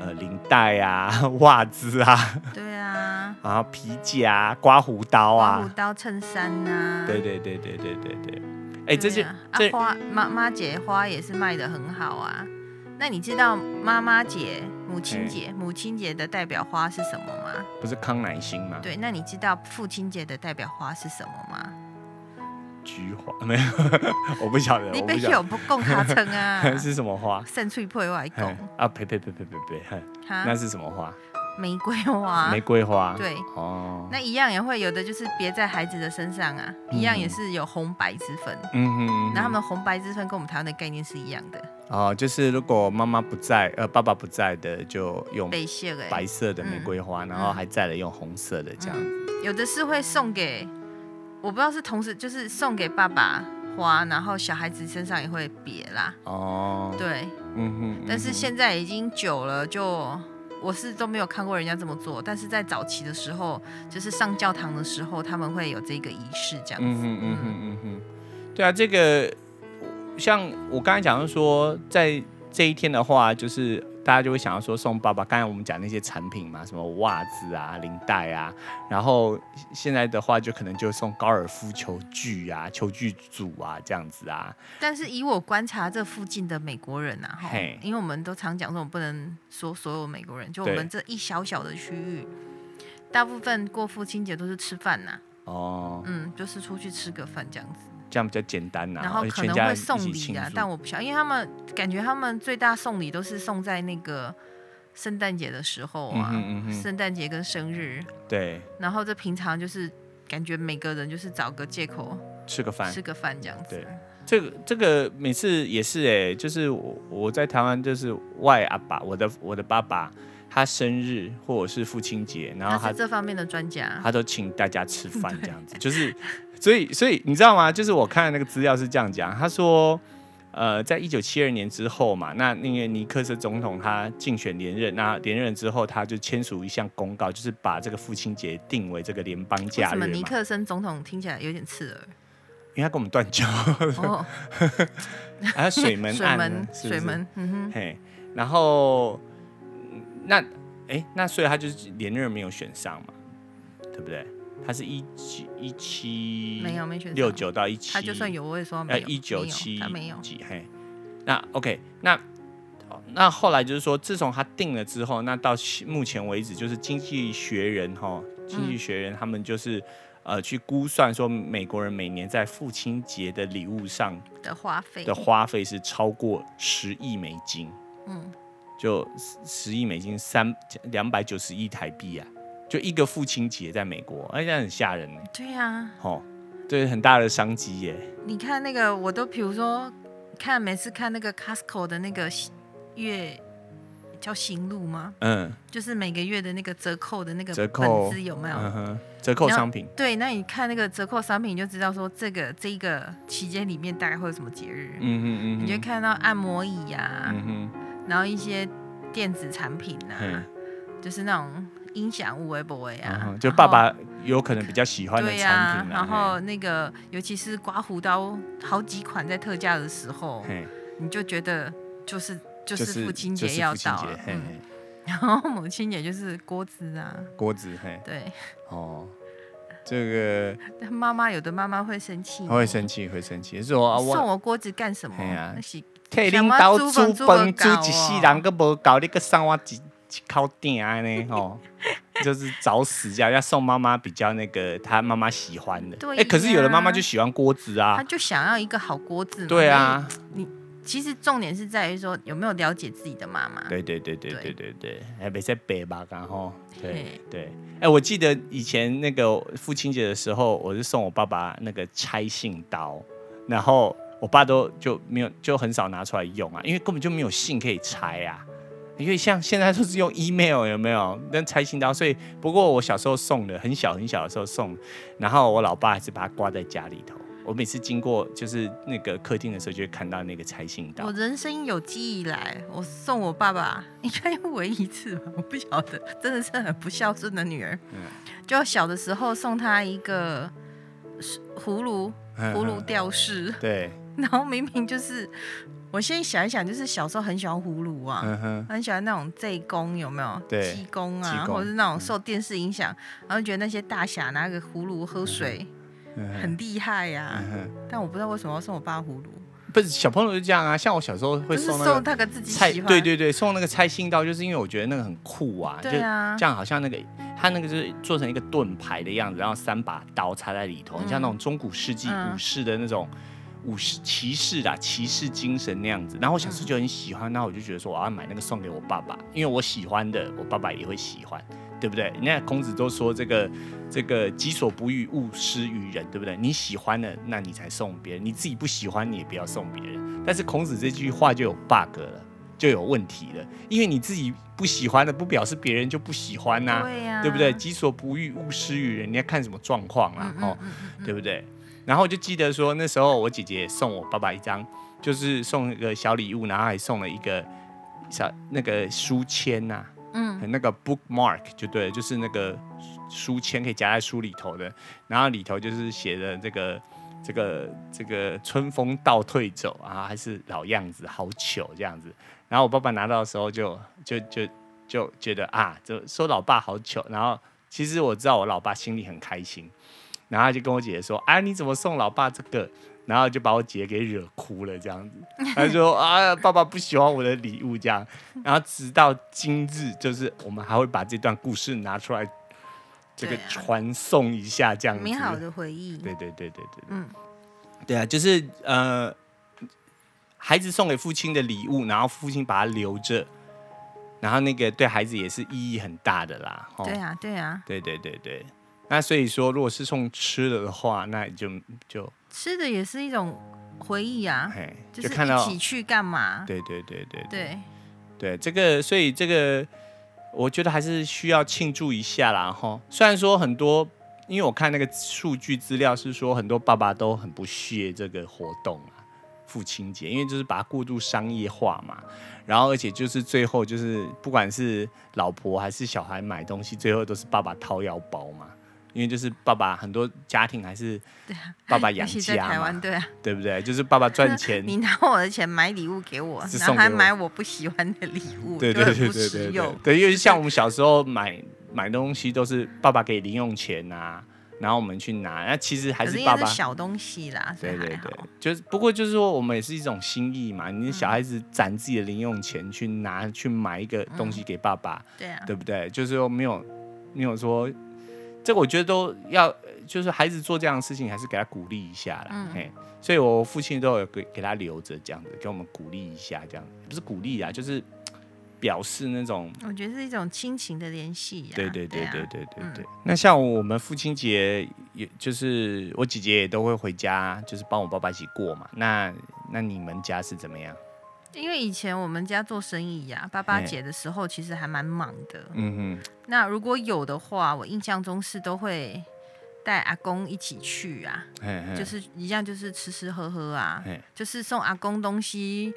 [SPEAKER 1] 呃领带啊、袜子啊、
[SPEAKER 2] 对啊，
[SPEAKER 1] 然后皮夹、啊、刮胡刀
[SPEAKER 2] 刮胡
[SPEAKER 1] 啊，
[SPEAKER 2] 刀、衬衫呐、啊，
[SPEAKER 1] 对对对对对对对，哎，这
[SPEAKER 2] 对
[SPEAKER 1] 些
[SPEAKER 2] 啊啊
[SPEAKER 1] 这
[SPEAKER 2] 花妈妈节花也是卖的很好啊。那你知道妈妈节、母亲节、母亲节的代表花是什么吗？
[SPEAKER 1] 不是康乃馨吗？
[SPEAKER 2] 对，那你知道父亲节的代表花是什么吗？
[SPEAKER 1] 菊花没有，我不晓得，
[SPEAKER 2] 你
[SPEAKER 1] 我不
[SPEAKER 2] 别
[SPEAKER 1] 晓
[SPEAKER 2] 有不共卡称啊
[SPEAKER 1] 得， 是什么花。
[SPEAKER 2] 剩翠配外
[SPEAKER 1] 嘿
[SPEAKER 2] 公
[SPEAKER 1] 啊呸呸呸呸呸呸！嘿
[SPEAKER 2] 哈
[SPEAKER 1] 那，是什么花？
[SPEAKER 2] 玫瑰花
[SPEAKER 1] 玫。瑰花。
[SPEAKER 2] 啊对，
[SPEAKER 1] 哦，
[SPEAKER 2] 那一样也会有的，就是别在孩子的身上啊，一样也是有红白之分。
[SPEAKER 1] 嗯哼嗯
[SPEAKER 2] 那他
[SPEAKER 1] 哼，
[SPEAKER 2] 们的红白之分跟我们台湾的概念是一样的，
[SPEAKER 1] 哦，就是如果妈妈不在，呃，爸爸不在的，就用
[SPEAKER 2] 被谢哎，
[SPEAKER 1] 白色的玫瑰花，然后
[SPEAKER 2] 嗯
[SPEAKER 1] 还在的用红色的这样子。
[SPEAKER 2] 有的是会送给我不知道是同时就是送给爸爸花，然后小孩子身上也会别啦。
[SPEAKER 1] 哦，
[SPEAKER 2] 对，
[SPEAKER 1] 嗯哼，
[SPEAKER 2] 但是
[SPEAKER 1] 嗯哼
[SPEAKER 2] 现在已经久了，就我是都没有看过人家这么做。但是在早期的时候，就是上教堂的时候，他们会有这个仪式这样
[SPEAKER 1] 嗯
[SPEAKER 2] 子。
[SPEAKER 1] 哼嗯哼嗯哼，对啊，这个像我刚才讲的说，在这一天的话，就是大家就会想要说送爸爸。刚才我们讲那些产品嘛，什么袜子啊、领带啊，然后现在的话就可能就送高尔夫球具啊、球具组啊这样子啊。
[SPEAKER 2] 但是以我观察这附近的美国人啊，哈
[SPEAKER 1] 嘿，
[SPEAKER 2] 因为我们都常讲说，我们不能说所有美国人，就我
[SPEAKER 1] 对
[SPEAKER 2] 们这一小小的区域，大部分过父亲节都是吃饭呐、
[SPEAKER 1] 哦，
[SPEAKER 2] 嗯，就是出去吃个饭这样子，
[SPEAKER 1] 这样比较简单呐、
[SPEAKER 2] 然后
[SPEAKER 1] 而且
[SPEAKER 2] 可
[SPEAKER 1] 全
[SPEAKER 2] 能
[SPEAKER 1] 家
[SPEAKER 2] 会
[SPEAKER 1] 人
[SPEAKER 2] 送
[SPEAKER 1] 一起
[SPEAKER 2] 礼
[SPEAKER 1] 庆
[SPEAKER 2] 啊，
[SPEAKER 1] 祝
[SPEAKER 2] 但我不晓得，因为他们感觉他们最大送礼都是送在那个圣诞节的时候啊，
[SPEAKER 1] 嗯哼嗯哼
[SPEAKER 2] 圣诞节跟生日，
[SPEAKER 1] 对
[SPEAKER 2] 然后这平常就是感觉每个人就是找个借口
[SPEAKER 1] 吃个饭
[SPEAKER 2] 吃，个饭这样子，
[SPEAKER 1] 对这个这个每次也是哎、就是我我在台湾就是外阿爸，我的我的爸爸，他生日或者是父亲节，然后
[SPEAKER 2] 他
[SPEAKER 1] 他
[SPEAKER 2] 是这方面的专家，
[SPEAKER 1] 他都请大家吃饭这样子，就是所以所以你知道吗？就是我看那个资料是这样讲，他说。呃，在一九七二年之后嘛，那那个尼克斯总统他竞选连任，那连任之后他就签署一项公告，就是把这个父亲节定为这个联邦
[SPEAKER 2] 为
[SPEAKER 1] 假
[SPEAKER 2] 什
[SPEAKER 1] 日
[SPEAKER 2] 么
[SPEAKER 1] 嘛，
[SPEAKER 2] 尼克森总统听起来有点刺耳？
[SPEAKER 1] 因为他跟我们断 交，
[SPEAKER 2] 哦，
[SPEAKER 1] 还有水门
[SPEAKER 2] 水
[SPEAKER 1] 案呢，
[SPEAKER 2] 门，
[SPEAKER 1] 是不是
[SPEAKER 2] 水门，嗯哼，
[SPEAKER 1] 嘿，然后嗯那哎、那所以他就是连任没有选上嘛，对不对？他是一七一七
[SPEAKER 2] 没有没选上
[SPEAKER 1] 六，九到一七，
[SPEAKER 2] 他就算有我也说没
[SPEAKER 1] 呃
[SPEAKER 2] 有，
[SPEAKER 1] 一九
[SPEAKER 2] 没有
[SPEAKER 1] 七
[SPEAKER 2] 他没有，
[SPEAKER 1] 几嘿，那 OK 那。那后来就是说，自从他定了之后，那到现目前为止，就是《经济学人》哈，《经济学
[SPEAKER 2] 嗯
[SPEAKER 1] 人》他们就是、呃去估算说，美国人每年在父亲节的礼物上
[SPEAKER 2] 的花费
[SPEAKER 1] 的，花费是超过十亿美金，
[SPEAKER 2] 嗯，
[SPEAKER 1] 就十十亿美金三两百九十亿台币啊，就一个父亲节在美国，哎，那很吓人呢，
[SPEAKER 2] 对啊呀，
[SPEAKER 1] 吼，对，很大的商机耶，
[SPEAKER 2] 你看那个，我都比如说看每次看那个 Costco 的那个喜月叫行路吗？
[SPEAKER 1] 嗯
[SPEAKER 2] 就是每个月的那个折扣的那个
[SPEAKER 1] 折
[SPEAKER 2] 本
[SPEAKER 1] 扣
[SPEAKER 2] 子有没有？
[SPEAKER 1] 嗯哼，折扣商品，
[SPEAKER 2] 对，那你看那个折扣商品，你就知道说这个这一个期间里面大概会有什么节日。
[SPEAKER 1] 嗯哼
[SPEAKER 2] 你
[SPEAKER 1] 嗯
[SPEAKER 2] 就会
[SPEAKER 1] 哼，
[SPEAKER 2] 看到按摩椅呀、
[SPEAKER 1] 嗯哼，
[SPEAKER 2] 然后一些电子产品啊
[SPEAKER 1] 嗯，
[SPEAKER 2] 就是那种音响、五维博维
[SPEAKER 1] 嗯
[SPEAKER 2] 啊
[SPEAKER 1] 哼，，就
[SPEAKER 2] 然后
[SPEAKER 1] 爸爸有可能比较喜欢的
[SPEAKER 2] 对呀
[SPEAKER 1] 产、品
[SPEAKER 2] 然
[SPEAKER 1] 啊，
[SPEAKER 2] 后那个尤其是刮胡刀，好几款在特价的时候，
[SPEAKER 1] 嘿，嘿
[SPEAKER 2] 你就觉得就是就
[SPEAKER 1] 就是
[SPEAKER 2] 父亲
[SPEAKER 1] 就
[SPEAKER 2] 节
[SPEAKER 1] 是
[SPEAKER 2] 要
[SPEAKER 1] 父亲
[SPEAKER 2] 到
[SPEAKER 1] 节
[SPEAKER 2] 了，
[SPEAKER 1] 嘿
[SPEAKER 2] 嗯，
[SPEAKER 1] 嘿，
[SPEAKER 2] 然后母亲节就是锅子啊，
[SPEAKER 1] 锅子，嘿，
[SPEAKER 2] 对，
[SPEAKER 1] 哦，这个
[SPEAKER 2] 但妈妈有的妈妈会生气，
[SPEAKER 1] 会生气，会生气，是我啊我
[SPEAKER 2] 嗯送我锅子干什么？
[SPEAKER 1] 嘿啊
[SPEAKER 2] 那是
[SPEAKER 1] 替恁兜煮饭煮
[SPEAKER 2] 想要
[SPEAKER 1] 一
[SPEAKER 2] 煮
[SPEAKER 1] 世
[SPEAKER 2] 饭
[SPEAKER 1] 人，阁无够，你阁送我一一口鼎安 尼吼，就是找死这样。要送妈妈比较那个，她妈妈喜欢的。
[SPEAKER 2] 对
[SPEAKER 1] 哎可是有的妈妈
[SPEAKER 2] 呀
[SPEAKER 1] 就喜欢锅子
[SPEAKER 2] 她
[SPEAKER 1] 啊。
[SPEAKER 2] 就想要一个好锅子嘛，
[SPEAKER 1] 对啊，
[SPEAKER 2] 其实重点是在于说有没有了解自己的妈妈。
[SPEAKER 1] 对对对对
[SPEAKER 2] 啊对
[SPEAKER 1] 对对对，哎，别再北吧，然后对
[SPEAKER 2] 嘿
[SPEAKER 1] 对。哎，我记得以前那个父亲节的时候，我是送我爸爸那个拆信刀，然后我爸都就没有就很少拿出来用啊，因为根本就没有信可以拆啊。因为像现在都是用 email 有没有？那拆信刀，所以不过我小时候送的，很小很小的时候送，然后我老爸还是把它挂在家里头。我每次经过就是那个客厅的时候，就会看到那个拆信刀
[SPEAKER 2] 我。人生有记忆以来，我送我爸爸 应该唯一一次吧， 我不晓得，真的是很不孝顺的女儿。
[SPEAKER 1] 嗯
[SPEAKER 2] 就小的时候送她一个葫芦，
[SPEAKER 1] 嗯
[SPEAKER 2] 葫芦吊饰，
[SPEAKER 1] 对，
[SPEAKER 2] 然后明明就是，我现在想一想，就是小时候很喜欢葫芦啊，
[SPEAKER 1] 嗯哼，
[SPEAKER 2] 很喜欢那种这工有没有？
[SPEAKER 1] 对
[SPEAKER 2] 济公啊，
[SPEAKER 1] 济公嗯
[SPEAKER 2] 或者是那种受电视影响，然后觉得那些大侠拿个葫芦喝水、
[SPEAKER 1] 嗯哼
[SPEAKER 2] 很厉害呀、
[SPEAKER 1] 嗯哼。
[SPEAKER 2] 但我不知道为什么要送我爸葫芦，
[SPEAKER 1] 不是小朋友就这样啊，像我小时候会
[SPEAKER 2] 就是
[SPEAKER 1] 送那
[SPEAKER 2] 送
[SPEAKER 1] 个
[SPEAKER 2] 他个自己
[SPEAKER 1] 拆，
[SPEAKER 2] 喜欢。
[SPEAKER 1] 对对对，送那个拆信刀，就是因为我觉得那个很酷啊，
[SPEAKER 2] 对啊
[SPEAKER 1] 就这样好像那个它那个就是做成一个盾牌的样子，然后三把刀插在里头，很像那种中古世纪
[SPEAKER 2] 嗯
[SPEAKER 1] 武士的那种。武士骑士啊，骑士精神那样子。然后我小时
[SPEAKER 2] 嗯
[SPEAKER 1] 候就很喜欢，然后我就觉得说我要买那个送给我爸爸，因为我喜欢的，我爸爸也会喜欢，对不对？人家孔子都说这个这个己所不欲，勿施于人，对不对？你喜欢的，那你才送别人；你自己不喜欢，你也不要送别人。但是孔子这句话就有 bug 了，就有问题了，因为你自己不喜欢的，不表示别人就不喜欢啊呐、
[SPEAKER 2] 对啊呀、
[SPEAKER 1] 对不对？？己所不欲，勿施于人。你要看什么状况啦、
[SPEAKER 2] 嗯嗯
[SPEAKER 1] 哦，
[SPEAKER 2] 嗯嗯
[SPEAKER 1] 对不对？然后我就记得说，那时候我姐姐送我爸爸一张，就是送一个小礼物，然后还送了一个小那个书签呐、
[SPEAKER 2] 嗯，
[SPEAKER 1] 那个 bookmark 就对了，就是那个书签可以夹在书里头的，然后里头就是写的这个这个这个春风倒退走啊，还是老样子，好糗这样子。然后我爸爸拿到的时候就就就就觉得啊，就说老爸好糗。然后其实我知道我老爸心里很开心，然后他就跟我姐姐说：“啊，你怎么送老爸这个？”然后就把我姐给惹哭了，这样子。他就说：“ 啊，爸爸不喜欢我的礼物。”这样，然后直到今日，就是我们还会把这段故事拿出来，这个
[SPEAKER 2] 对啊
[SPEAKER 1] 传颂一下，这样子。
[SPEAKER 2] 美好的回忆。
[SPEAKER 1] 对对对对对，
[SPEAKER 2] 嗯，
[SPEAKER 1] 对啊，就是呃，孩子送给父亲的礼物，然后父亲把它留着，然后那个对孩子也是意义很大的啦。齁
[SPEAKER 2] 对啊，对啊，
[SPEAKER 1] 对对对对。那所以说，如果是送吃的的话，那你就就
[SPEAKER 2] 吃的也是一种回忆啊，
[SPEAKER 1] 哎，
[SPEAKER 2] 就是
[SPEAKER 1] 看到
[SPEAKER 2] 一，起去干嘛？
[SPEAKER 1] 对对对对
[SPEAKER 2] 对，
[SPEAKER 1] 对，这个所以这个我觉得还是需要庆祝一下啦哈。虽然说很多，因为我看那个数据资料是说很多爸爸都很不屑这个活动啊，父亲节，因为就是把它过度商业化嘛。然后而且就是最后就是不管是老婆还是小孩买东西，最后都是爸爸掏腰包嘛。因为就是爸爸很多家庭还是爸爸
[SPEAKER 2] 啊尤
[SPEAKER 1] 养
[SPEAKER 2] 其在
[SPEAKER 1] 家
[SPEAKER 2] 台
[SPEAKER 1] 嘛
[SPEAKER 2] 湾，，对啊，
[SPEAKER 1] 对不对？就是爸爸赚 钱，
[SPEAKER 2] 你拿我的钱买礼物给我，
[SPEAKER 1] 是
[SPEAKER 2] 然后
[SPEAKER 1] 送给
[SPEAKER 2] 还
[SPEAKER 1] 我
[SPEAKER 2] 买我不喜欢的礼物，
[SPEAKER 1] 对
[SPEAKER 2] 就
[SPEAKER 1] 对
[SPEAKER 2] 很
[SPEAKER 1] 对
[SPEAKER 2] 不
[SPEAKER 1] 对
[SPEAKER 2] 实
[SPEAKER 1] 对对
[SPEAKER 2] 用。，
[SPEAKER 1] 对，因为像我们小时候买买东西都是爸爸给零用钱呐、然后我们去拿，那其实还
[SPEAKER 2] 可是
[SPEAKER 1] 是
[SPEAKER 2] 因
[SPEAKER 1] 爸
[SPEAKER 2] 为
[SPEAKER 1] 爸
[SPEAKER 2] 是。小哦东西啦，所
[SPEAKER 1] 对
[SPEAKER 2] 以
[SPEAKER 1] 对
[SPEAKER 2] 还好
[SPEAKER 1] 对。，就是不过就是说，我们也是一种心意嘛。
[SPEAKER 2] 嗯
[SPEAKER 1] 你小孩子攒自己的零用钱去拿去买一个东
[SPEAKER 2] 嗯
[SPEAKER 1] 西给爸爸，
[SPEAKER 2] 对啊，
[SPEAKER 1] 对不对？就是说没有没有说，这个我觉得都要，呃就是孩子做这样的事情，还是给他鼓励一下啦。
[SPEAKER 2] 嗯
[SPEAKER 1] 嘿，所以我父亲都有给给他留着这样子，给我们鼓励一下，这样不是鼓励啊，就是嘖表示那种
[SPEAKER 2] 我觉得是一种亲情的联系呀。
[SPEAKER 1] 对对对
[SPEAKER 2] 啊
[SPEAKER 1] 对对对对。那像我们父亲节，也就是我姐姐也都会回家，就是帮我爸爸一起过嘛。那那你们家是怎么样？
[SPEAKER 2] 因为以前我们家做生意呀、爸爸
[SPEAKER 1] 嘿
[SPEAKER 2] 节的时候其实还蛮忙的。
[SPEAKER 1] 嗯
[SPEAKER 2] 那如果有的话，我印象中是都会带阿公一起去啊，
[SPEAKER 1] 哼，嘿嘿
[SPEAKER 2] 就是一样就是吃吃喝喝啊
[SPEAKER 1] 嘿，
[SPEAKER 2] 就是送阿公东西，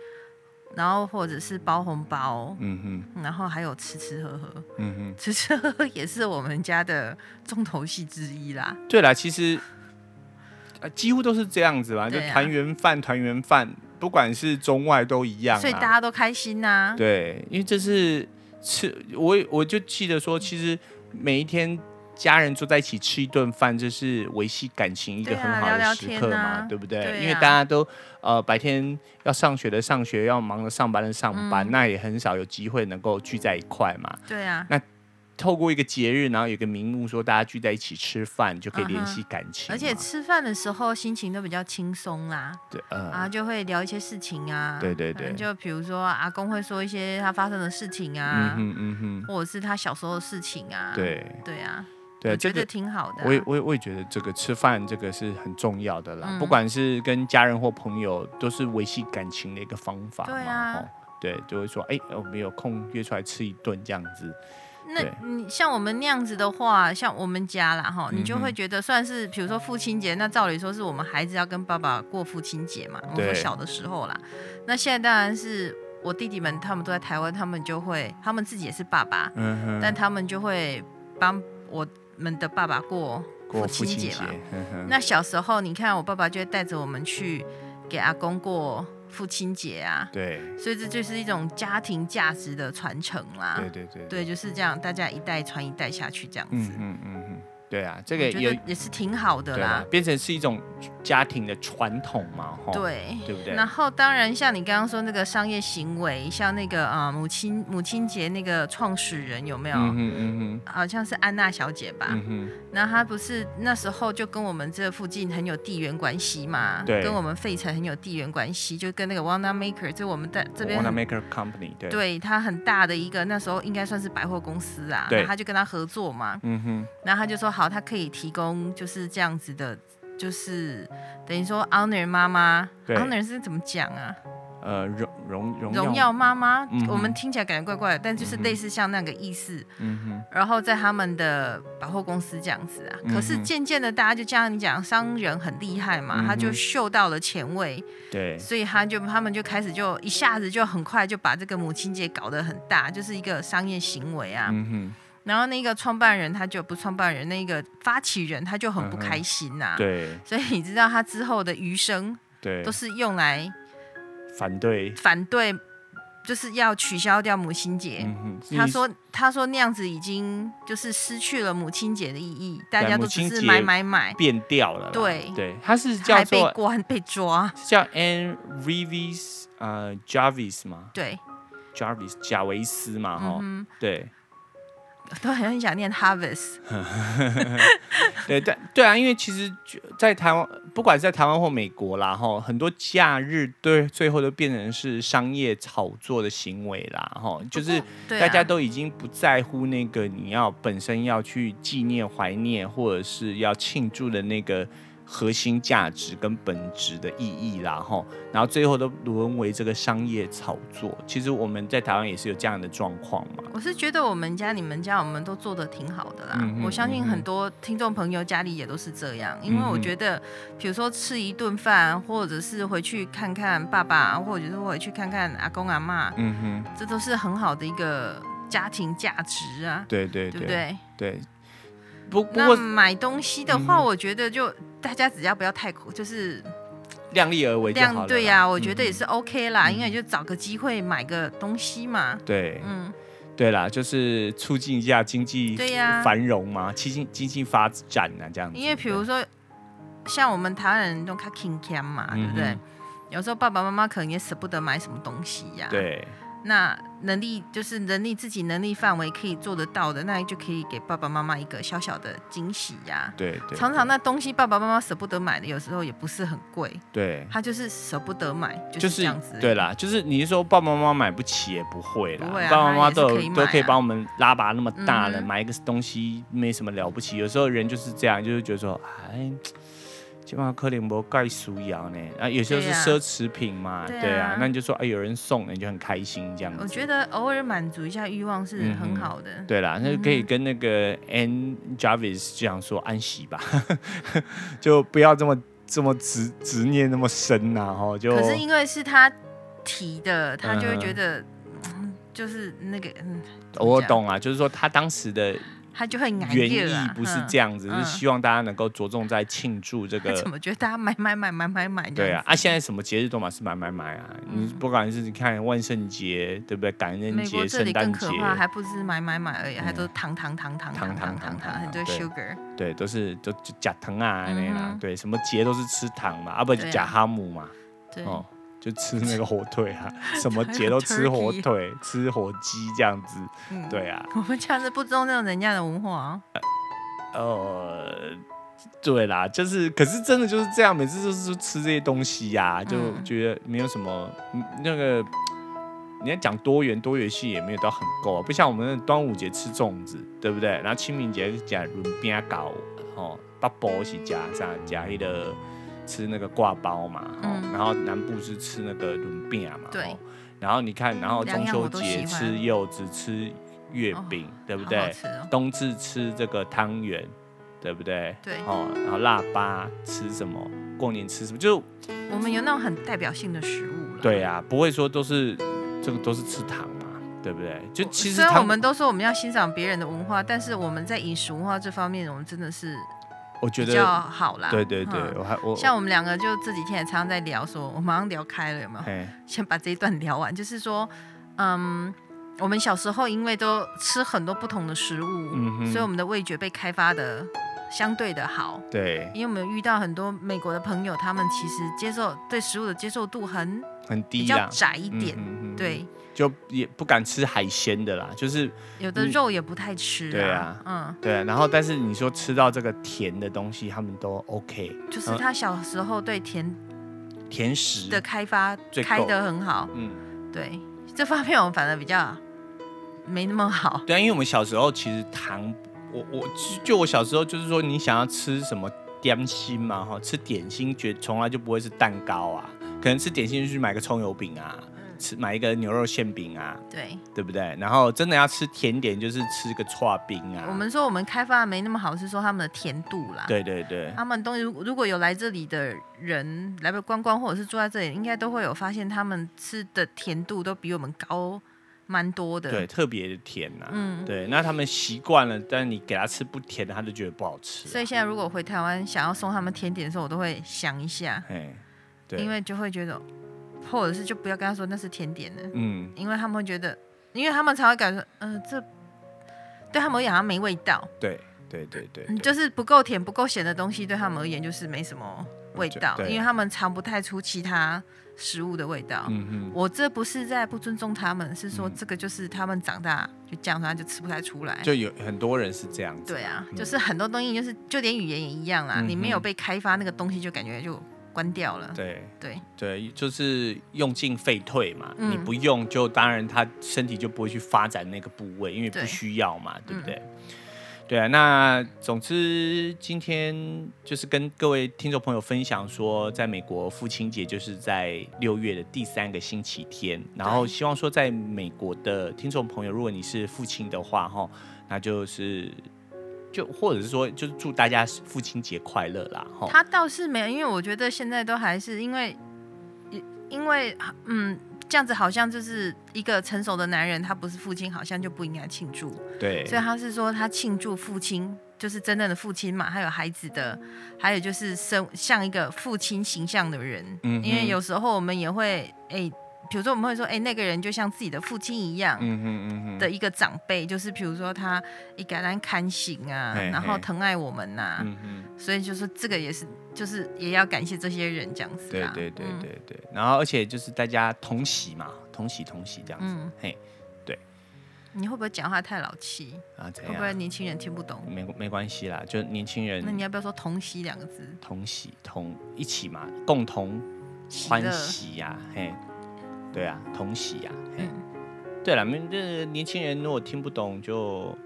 [SPEAKER 2] 然后或者是包红包，
[SPEAKER 1] 嗯哼
[SPEAKER 2] 然后还有吃吃喝喝，
[SPEAKER 1] 嗯哼。
[SPEAKER 2] 吃吃喝喝也是我们家的重头戏之一啦。
[SPEAKER 1] 对啦，其实呃几乎都是这样子吧，就
[SPEAKER 2] 对啊
[SPEAKER 1] 团圆饭，团圆饭，不管是中外都一样、啊。
[SPEAKER 2] 所以大家都开心呐、
[SPEAKER 1] 对，因为这是吃，我也我就记得说，其实每一天家人坐在一起吃一顿饭，这是维系感情一个
[SPEAKER 2] 对啊
[SPEAKER 1] 很好
[SPEAKER 2] 聊聊
[SPEAKER 1] 的时刻嘛，
[SPEAKER 2] 天啊
[SPEAKER 1] 对不对？
[SPEAKER 2] 对啊
[SPEAKER 1] 因为大家都呃白天要上学的上学，要忙的上班的上
[SPEAKER 2] 嗯
[SPEAKER 1] 班，那也很少有机会能够聚在一块嘛。
[SPEAKER 2] 对啊，
[SPEAKER 1] 透过一个节日，然后有一个名目说大家聚在一起吃饭，就可以联系感情嘛、
[SPEAKER 2] 嗯而且吃饭的时候心情都比较轻松啦。
[SPEAKER 1] 对，呃，
[SPEAKER 2] 啊，就会聊一些事情啊，
[SPEAKER 1] 对对
[SPEAKER 2] 可能
[SPEAKER 1] 对
[SPEAKER 2] 就比如说阿公会说一些他发生的事情
[SPEAKER 1] 嗯
[SPEAKER 2] 啊，
[SPEAKER 1] 哼嗯哼，
[SPEAKER 2] 或者是他小时候的事情啊，
[SPEAKER 1] 对
[SPEAKER 2] 对啊，
[SPEAKER 1] 对，
[SPEAKER 2] 我
[SPEAKER 1] 这
[SPEAKER 2] 觉得
[SPEAKER 1] 个
[SPEAKER 2] 挺好的啊、
[SPEAKER 1] 我也我也我也觉得这个吃饭这个是很重要的啦，
[SPEAKER 2] 嗯
[SPEAKER 1] 不管是跟家人或朋友，都是维系感情的一个方法嘛。
[SPEAKER 2] 对啊
[SPEAKER 1] 吼对，就会说，哎、我们有空约出来吃一顿这样子。
[SPEAKER 2] 那
[SPEAKER 1] 对
[SPEAKER 2] 你像我们那样子的话，像我们家啦哈，你就
[SPEAKER 1] 嗯
[SPEAKER 2] 会
[SPEAKER 1] 哼
[SPEAKER 2] 觉得算是，比如说父亲节，那照理说是我们孩子要跟爸爸过父亲节嘛，我
[SPEAKER 1] 对
[SPEAKER 2] 说小的时候啦，那现在当然是我弟弟们他们都在台湾，他们就会他们自己也是爸爸，
[SPEAKER 1] 嗯哼，
[SPEAKER 2] 但他们就会帮我们的爸爸过
[SPEAKER 1] 过父亲
[SPEAKER 2] 亲节
[SPEAKER 1] 节
[SPEAKER 2] 嘛。，
[SPEAKER 1] 嗯哼，
[SPEAKER 2] 那小时候，你看我爸爸就会带着我们去给阿公过父亲节啊，
[SPEAKER 1] 对
[SPEAKER 2] 所以这就是一种家庭价值的传承啦。
[SPEAKER 1] 对对对，
[SPEAKER 2] 啊对就是这样，大家一代传一代下去这样
[SPEAKER 1] 嗯
[SPEAKER 2] 子，
[SPEAKER 1] 嗯嗯嗯，对啊，这个
[SPEAKER 2] 我觉
[SPEAKER 1] 也
[SPEAKER 2] 得也是挺好的
[SPEAKER 1] 对啊
[SPEAKER 2] 啦
[SPEAKER 1] 啦。，变成是一种家庭的传统嘛，吼，
[SPEAKER 2] 对。
[SPEAKER 1] 哦对不对？
[SPEAKER 2] 然后，当然，像你刚刚说那个商业行为，像那个啊、呃母亲母亲节那个创始人有没啊有？
[SPEAKER 1] 嗯哼嗯
[SPEAKER 2] 好像是安娜小姐吧？
[SPEAKER 1] 哼嗯哼，
[SPEAKER 2] 那他不是那时候就跟我们这附近很有地缘关系嘛？
[SPEAKER 1] 对
[SPEAKER 2] 跟我们费城很有地缘关系，就跟那个 Wanna Maker，就我们在这边
[SPEAKER 1] Wanna
[SPEAKER 2] 很
[SPEAKER 1] Maker Company，对，
[SPEAKER 2] 对他很大的一个，那时候应该算是百货公司啊。
[SPEAKER 1] 对
[SPEAKER 2] 那他就跟他合作嘛，
[SPEAKER 1] 嗯哼，
[SPEAKER 2] 然后他就说好，他可以提供就是这样子的，就是等于说 Honor 妈妈
[SPEAKER 1] 对
[SPEAKER 2] ，Honor 是怎么讲啊？
[SPEAKER 1] 呃荣荣荣
[SPEAKER 2] 荣耀妈妈，
[SPEAKER 1] 嗯
[SPEAKER 2] 我们听起来感觉怪怪的，但就是
[SPEAKER 1] 嗯哼
[SPEAKER 2] 类似像那个意思。
[SPEAKER 1] 嗯
[SPEAKER 2] 然后在他们的百货公司这样子啊，可
[SPEAKER 1] 嗯
[SPEAKER 2] 是
[SPEAKER 1] 哼
[SPEAKER 2] 渐渐的，大家就像你讲，商人很厉害嘛，他
[SPEAKER 1] 嗯
[SPEAKER 2] 就
[SPEAKER 1] 哼
[SPEAKER 2] 嗅到了前味，
[SPEAKER 1] 哼，对，
[SPEAKER 2] 所以他就他们就开始就一下子就很快就把这个母亲节搞得很大，就是一个商业行为啊。
[SPEAKER 1] 嗯
[SPEAKER 2] 然后那个创办人他就不创办人，那个发起人他就很不
[SPEAKER 1] 嗯哼
[SPEAKER 2] 开心呐、
[SPEAKER 1] 哼，对
[SPEAKER 2] 所以你知道他之后的余生
[SPEAKER 1] 对
[SPEAKER 2] 啊都，是用来
[SPEAKER 1] 反对，
[SPEAKER 2] 反对，就是要取消掉母亲节。
[SPEAKER 1] 嗯哼，
[SPEAKER 2] 他说：“他说那样子已经就是失去了母亲节的意义，大
[SPEAKER 1] 对
[SPEAKER 2] 家都
[SPEAKER 1] 母
[SPEAKER 2] 只
[SPEAKER 1] 亲
[SPEAKER 2] 是
[SPEAKER 1] 节
[SPEAKER 2] 买买买，
[SPEAKER 1] 变掉了啦，
[SPEAKER 2] 对
[SPEAKER 1] 对，他是
[SPEAKER 2] 还
[SPEAKER 1] 叫
[SPEAKER 2] 被
[SPEAKER 1] 做
[SPEAKER 2] 关被抓。
[SPEAKER 1] 是叫 Anne Reeves 呃 Jarvis 嘛
[SPEAKER 2] 对，
[SPEAKER 1] ，Jarvis 贾维斯嘛哈，
[SPEAKER 2] 嗯
[SPEAKER 1] 对
[SPEAKER 2] 哼， 都很想念 harvest。
[SPEAKER 1] 对对对啊，因为其实就在台湾，不管是在台湾或美国啦哈，很多假日对最后都变成是商业炒作的行为啦哈，就是。
[SPEAKER 2] 对、啊，
[SPEAKER 1] 大家都已经不在乎那个你要本身要去纪念、怀念或者是要庆祝的那个核心价值跟本质的意义啦，吼，然后最后都沦为这个商业炒作。其实我们在台湾也是有这样的状况嘛，
[SPEAKER 2] 我是觉得我们家、你们家，我们都做的挺好的啦。
[SPEAKER 1] 嗯哼嗯
[SPEAKER 2] 我相信很多听众朋友家里也都是这样，因为我觉得，比如说吃一顿饭，或者是回去看看爸爸，或者是回去看看阿公阿妈，
[SPEAKER 1] 嗯哼，
[SPEAKER 2] 这都是很好的一个家庭价值啊，
[SPEAKER 1] 对对
[SPEAKER 2] 对不对？
[SPEAKER 1] 对，不不
[SPEAKER 2] 那
[SPEAKER 1] 过
[SPEAKER 2] 买东西的话，
[SPEAKER 1] 嗯哼
[SPEAKER 2] 我觉得就大家只要不要太苦，就是
[SPEAKER 1] 量力而为就好了啦。
[SPEAKER 2] 量对呀、我觉得也是 OK 啦，
[SPEAKER 1] 嗯
[SPEAKER 2] 因为就找个机会买个东西嘛，
[SPEAKER 1] 对
[SPEAKER 2] 嗯，
[SPEAKER 1] 对啦，就是促进一下经济
[SPEAKER 2] 对呀
[SPEAKER 1] 繁荣嘛，经济经济发展啊这样子。
[SPEAKER 2] 因为比如说像我们台湾人都看 King Cam 嘛，对不对
[SPEAKER 1] 嗯？
[SPEAKER 2] 有时候爸爸妈妈可能也舍不得买什么东西呀、，
[SPEAKER 1] 对
[SPEAKER 2] 那能力就是能力自己能力范围可以做得到的，那就可以给爸爸妈妈一个小小的惊喜呀、
[SPEAKER 1] 对对对，
[SPEAKER 2] 常常那东西爸爸妈妈舍不得买的，有时候也不是很贵，
[SPEAKER 1] 对。
[SPEAKER 2] 他就是舍不得买，
[SPEAKER 1] 就
[SPEAKER 2] 这
[SPEAKER 1] 是
[SPEAKER 2] 样子。
[SPEAKER 1] 对，啦，就是你是说爸爸妈妈买不起也不会啦，
[SPEAKER 2] 不会啊
[SPEAKER 1] 爸爸妈妈
[SPEAKER 2] 他也是
[SPEAKER 1] 都有
[SPEAKER 2] 可以买
[SPEAKER 1] 都
[SPEAKER 2] 啊
[SPEAKER 1] 可以帮我们拉拔那么大了，
[SPEAKER 2] 嗯哼
[SPEAKER 1] 买一个东西没什么了不起。有时候人就是这样，就是觉得说，哎，这帮柯林博盖俗窑呢，啊，有时候是
[SPEAKER 2] 对啊
[SPEAKER 1] 奢侈品嘛，
[SPEAKER 2] 对啊
[SPEAKER 1] 对啊，那你就说，哎，有人送，你就很开心这样子。
[SPEAKER 2] 我觉得偶尔满足一下欲望是很好的。
[SPEAKER 1] 对啦，那就
[SPEAKER 2] 嗯
[SPEAKER 1] 可以跟那个 Ann Jarvis 这样说安息吧， 就不要这么这么执执念那么深呐、啊，哦，就
[SPEAKER 2] 可是因为是他提的，他就会
[SPEAKER 1] 嗯
[SPEAKER 2] 觉得、嗯就是那个，嗯，
[SPEAKER 1] 我
[SPEAKER 2] 这样
[SPEAKER 1] 懂啊，就是说他当时的
[SPEAKER 2] 他就会难
[SPEAKER 1] 原意不是这
[SPEAKER 2] 样。
[SPEAKER 1] 样子，
[SPEAKER 2] 嗯
[SPEAKER 1] 是希望大家能够着重在庆祝这
[SPEAKER 2] 他 怎
[SPEAKER 1] 个。
[SPEAKER 2] 么觉得大家买买买买买买？
[SPEAKER 1] 对啊，，啊，现在什么节日都嘛是买买买啊！你不管是你看万圣节，对不对？感恩
[SPEAKER 2] 嗯美国
[SPEAKER 1] 节、
[SPEAKER 2] 这
[SPEAKER 1] 圣
[SPEAKER 2] 里
[SPEAKER 1] 诞
[SPEAKER 2] 更
[SPEAKER 1] 节
[SPEAKER 2] 可，怕，还不是买买买而已，
[SPEAKER 1] 嗯
[SPEAKER 2] 还都糖糖糖糖
[SPEAKER 1] 糖
[SPEAKER 2] 糖糖
[SPEAKER 1] 糖
[SPEAKER 2] 糖
[SPEAKER 1] 糖
[SPEAKER 2] 糖，很多
[SPEAKER 1] 对
[SPEAKER 2] sugar。
[SPEAKER 1] 对，都是都就假糖啊那啦
[SPEAKER 2] 嗯，哼
[SPEAKER 1] 对，什么节都是吃糖嘛，啊不就
[SPEAKER 2] 对啊
[SPEAKER 1] 假哈姆嘛，
[SPEAKER 2] 对，
[SPEAKER 1] 哦，就吃那个火腿 啊，什么节都吃火腿，吃火鸡这样子，
[SPEAKER 2] 嗯，
[SPEAKER 1] 对啊，
[SPEAKER 2] 我们这样子不尊重人家的文化啊。
[SPEAKER 1] 呃，对啦，就是，可是真的就是这样，每次就是吃这些东西呀、就
[SPEAKER 2] 嗯
[SPEAKER 1] 觉得没有什么嗯那个，你要讲多元多元性也没有到很够啊，不像我们那端午节吃粽子，对不对？然后清明节是讲轮边搞哦，八宝是夹啥夹那个吃那个挂包嘛，哦，
[SPEAKER 2] 嗯
[SPEAKER 1] 然后南部是吃那个轮边嘛，
[SPEAKER 2] 对
[SPEAKER 1] 哦，然后你看，然后
[SPEAKER 2] 两
[SPEAKER 1] 中
[SPEAKER 2] 样
[SPEAKER 1] 秋
[SPEAKER 2] 我都喜
[SPEAKER 1] 节
[SPEAKER 2] 欢
[SPEAKER 1] 吃柚子吃。月
[SPEAKER 2] 哦
[SPEAKER 1] 饼、对不
[SPEAKER 2] 好
[SPEAKER 1] 对？
[SPEAKER 2] 好吃哦
[SPEAKER 1] 冬至吃这个汤圆，对不对？
[SPEAKER 2] 对
[SPEAKER 1] 哦，然后腊八吃什么？过年吃什么？就
[SPEAKER 2] 我们有那种很代表性的食物了。
[SPEAKER 1] 对啊，不会说都是这个都是吃糖嘛，对不对？就其实
[SPEAKER 2] 虽然
[SPEAKER 1] 糖
[SPEAKER 2] 我们都说我们要欣赏别人的文化，但是我们在饮食文化这方面，我们真的是
[SPEAKER 1] 我觉
[SPEAKER 2] 比较
[SPEAKER 1] 得
[SPEAKER 2] 好啦。
[SPEAKER 1] 对对对，
[SPEAKER 2] 嗯
[SPEAKER 1] 我还我
[SPEAKER 2] 像我们两个就这几天也常常在聊说，我马上聊开了，有没有？
[SPEAKER 1] 嘿
[SPEAKER 2] 先把这一段聊完，就是说，嗯，我们小时候因为都吃很多不同的食物，
[SPEAKER 1] 嗯哼
[SPEAKER 2] 所以我们的味觉被开发的相对的好。
[SPEAKER 1] 对
[SPEAKER 2] 因为我们遇到很多美国的朋友，他们其实接受对食物的接受度很
[SPEAKER 1] 很
[SPEAKER 2] 比
[SPEAKER 1] 低
[SPEAKER 2] 较
[SPEAKER 1] 啦，
[SPEAKER 2] 窄一点，
[SPEAKER 1] 嗯哼，
[SPEAKER 2] 对，
[SPEAKER 1] 就也不敢吃海鲜的啦，就是
[SPEAKER 2] 有的
[SPEAKER 1] 嗯
[SPEAKER 2] 肉也不太吃、啊，
[SPEAKER 1] 对啊
[SPEAKER 2] 嗯。
[SPEAKER 1] 对啊、然后但是你说吃到这个甜的东西，他们都 OK，
[SPEAKER 2] 就是他小时候对甜
[SPEAKER 1] 甜食
[SPEAKER 2] 的开发
[SPEAKER 1] 最够
[SPEAKER 2] 开得很好，
[SPEAKER 1] 嗯。
[SPEAKER 2] 对这方面我们反而比较没那么好。
[SPEAKER 1] 对啊，因为我们小时候其实糖，我我就就我小时候就是说，你想要吃什么点心嘛，哈，吃点心绝从来就不会是蛋糕啊，可能吃点心就去买个葱油饼啊，
[SPEAKER 2] 嗯
[SPEAKER 1] 吃买一个牛肉馅饼啊，
[SPEAKER 2] 对，
[SPEAKER 1] 对不对？然后真的要吃甜点，就是吃个串冰啊。
[SPEAKER 2] 我们说我们开发的没那么好，是说他们的甜度啦。
[SPEAKER 1] 对对对，
[SPEAKER 2] 他们东西如果如果有来这里的人来观光或者是住在这里，应该都会有发现他们吃的甜度都比我们高蛮多的。
[SPEAKER 1] 对，特别的甜呐、
[SPEAKER 2] 嗯
[SPEAKER 1] 对，那他们习惯了，但你给他吃不甜的，他就觉得不好吃、
[SPEAKER 2] 所以现在如果回台湾想要送他们甜点的时候，我都会想一下，
[SPEAKER 1] 哎，对，
[SPEAKER 2] 因为就会觉得，或者是就不要跟他说那是甜点了，
[SPEAKER 1] 嗯，
[SPEAKER 2] 因为他们会觉得，因为他们才会感觉，呃，这对他们而言好像没味道，
[SPEAKER 1] 对对对对，
[SPEAKER 2] 嗯
[SPEAKER 1] 对
[SPEAKER 2] 就是不够甜、不够咸的东西对他们而言就是没什么味道，
[SPEAKER 1] 对
[SPEAKER 2] 因为他们尝不太出其他食物的味道。
[SPEAKER 1] 嗯嗯，
[SPEAKER 2] 我这不是在不尊重他们，是说
[SPEAKER 1] 嗯
[SPEAKER 2] 这个就是他们长大就这样，他就吃不太出来。
[SPEAKER 1] 就有很多人是这样子，
[SPEAKER 2] 对啊，
[SPEAKER 1] 嗯
[SPEAKER 2] 就是很多东西，就是就连语言也一样啦，啊
[SPEAKER 1] 嗯
[SPEAKER 2] 你没有
[SPEAKER 1] 哼
[SPEAKER 2] 被开发那个东西，就感觉就关掉了。
[SPEAKER 1] 对
[SPEAKER 2] 对
[SPEAKER 1] 对，就是用进废退嘛，
[SPEAKER 2] 嗯
[SPEAKER 1] 你不用就当然他身体就不会去发展那个部位，因为
[SPEAKER 2] 对
[SPEAKER 1] 不需要嘛，对
[SPEAKER 2] 嗯
[SPEAKER 1] 不对？对啊，那总之今天就是跟各位听众朋友分享说，在美国父亲节就是在六月的第三个星期天，然后希望说在美国的听众朋友，如果你是父亲的话，哈，那就是就或者是说就是祝大家父亲节快乐啦，哈，
[SPEAKER 2] 他倒是没有，因为我觉得现在都还是因为，因为嗯，这样子好像就是一个成熟的男人，他不是父亲，好像就不应该庆祝。
[SPEAKER 1] 对
[SPEAKER 2] 所以他是说他庆祝父亲，就是真正的父亲嘛，还有孩子的，还有就是生像一个父亲形象的人。
[SPEAKER 1] 嗯哼
[SPEAKER 2] 因为有时候我们也会哎，比如说我们会说哎，那个人就像自己的父亲一样。
[SPEAKER 1] 嗯哼嗯哼，
[SPEAKER 2] 的一个长辈，就是比如说他一个人看行啊，
[SPEAKER 1] 嘿嘿
[SPEAKER 2] 然后疼爱我们呐、
[SPEAKER 1] 嗯哼。
[SPEAKER 2] 所以就是这个也是，就是也要感谢这些人这样子、
[SPEAKER 1] 对
[SPEAKER 2] 啊。
[SPEAKER 1] 对对
[SPEAKER 2] 嗯，
[SPEAKER 1] 对对，然后而且就是大家同喜嘛，同喜同喜这样子，
[SPEAKER 2] 嗯
[SPEAKER 1] 嘿，
[SPEAKER 2] 你会不会讲话太老气？
[SPEAKER 1] 啊嗯怎
[SPEAKER 2] 会不会
[SPEAKER 1] 样？
[SPEAKER 2] 年轻人听不懂？
[SPEAKER 1] 没没关系啦，就年轻
[SPEAKER 2] 那你
[SPEAKER 1] 人
[SPEAKER 2] 要不要说“同喜”两个字？
[SPEAKER 1] 同喜同一起嘛，共同
[SPEAKER 2] 喜
[SPEAKER 1] 欢
[SPEAKER 2] 乐
[SPEAKER 1] 喜呀、嘿，对啊，同喜呀、嘿，
[SPEAKER 2] 嗯，
[SPEAKER 1] 对了，没这年轻人如果听不懂
[SPEAKER 2] 哦
[SPEAKER 1] 就，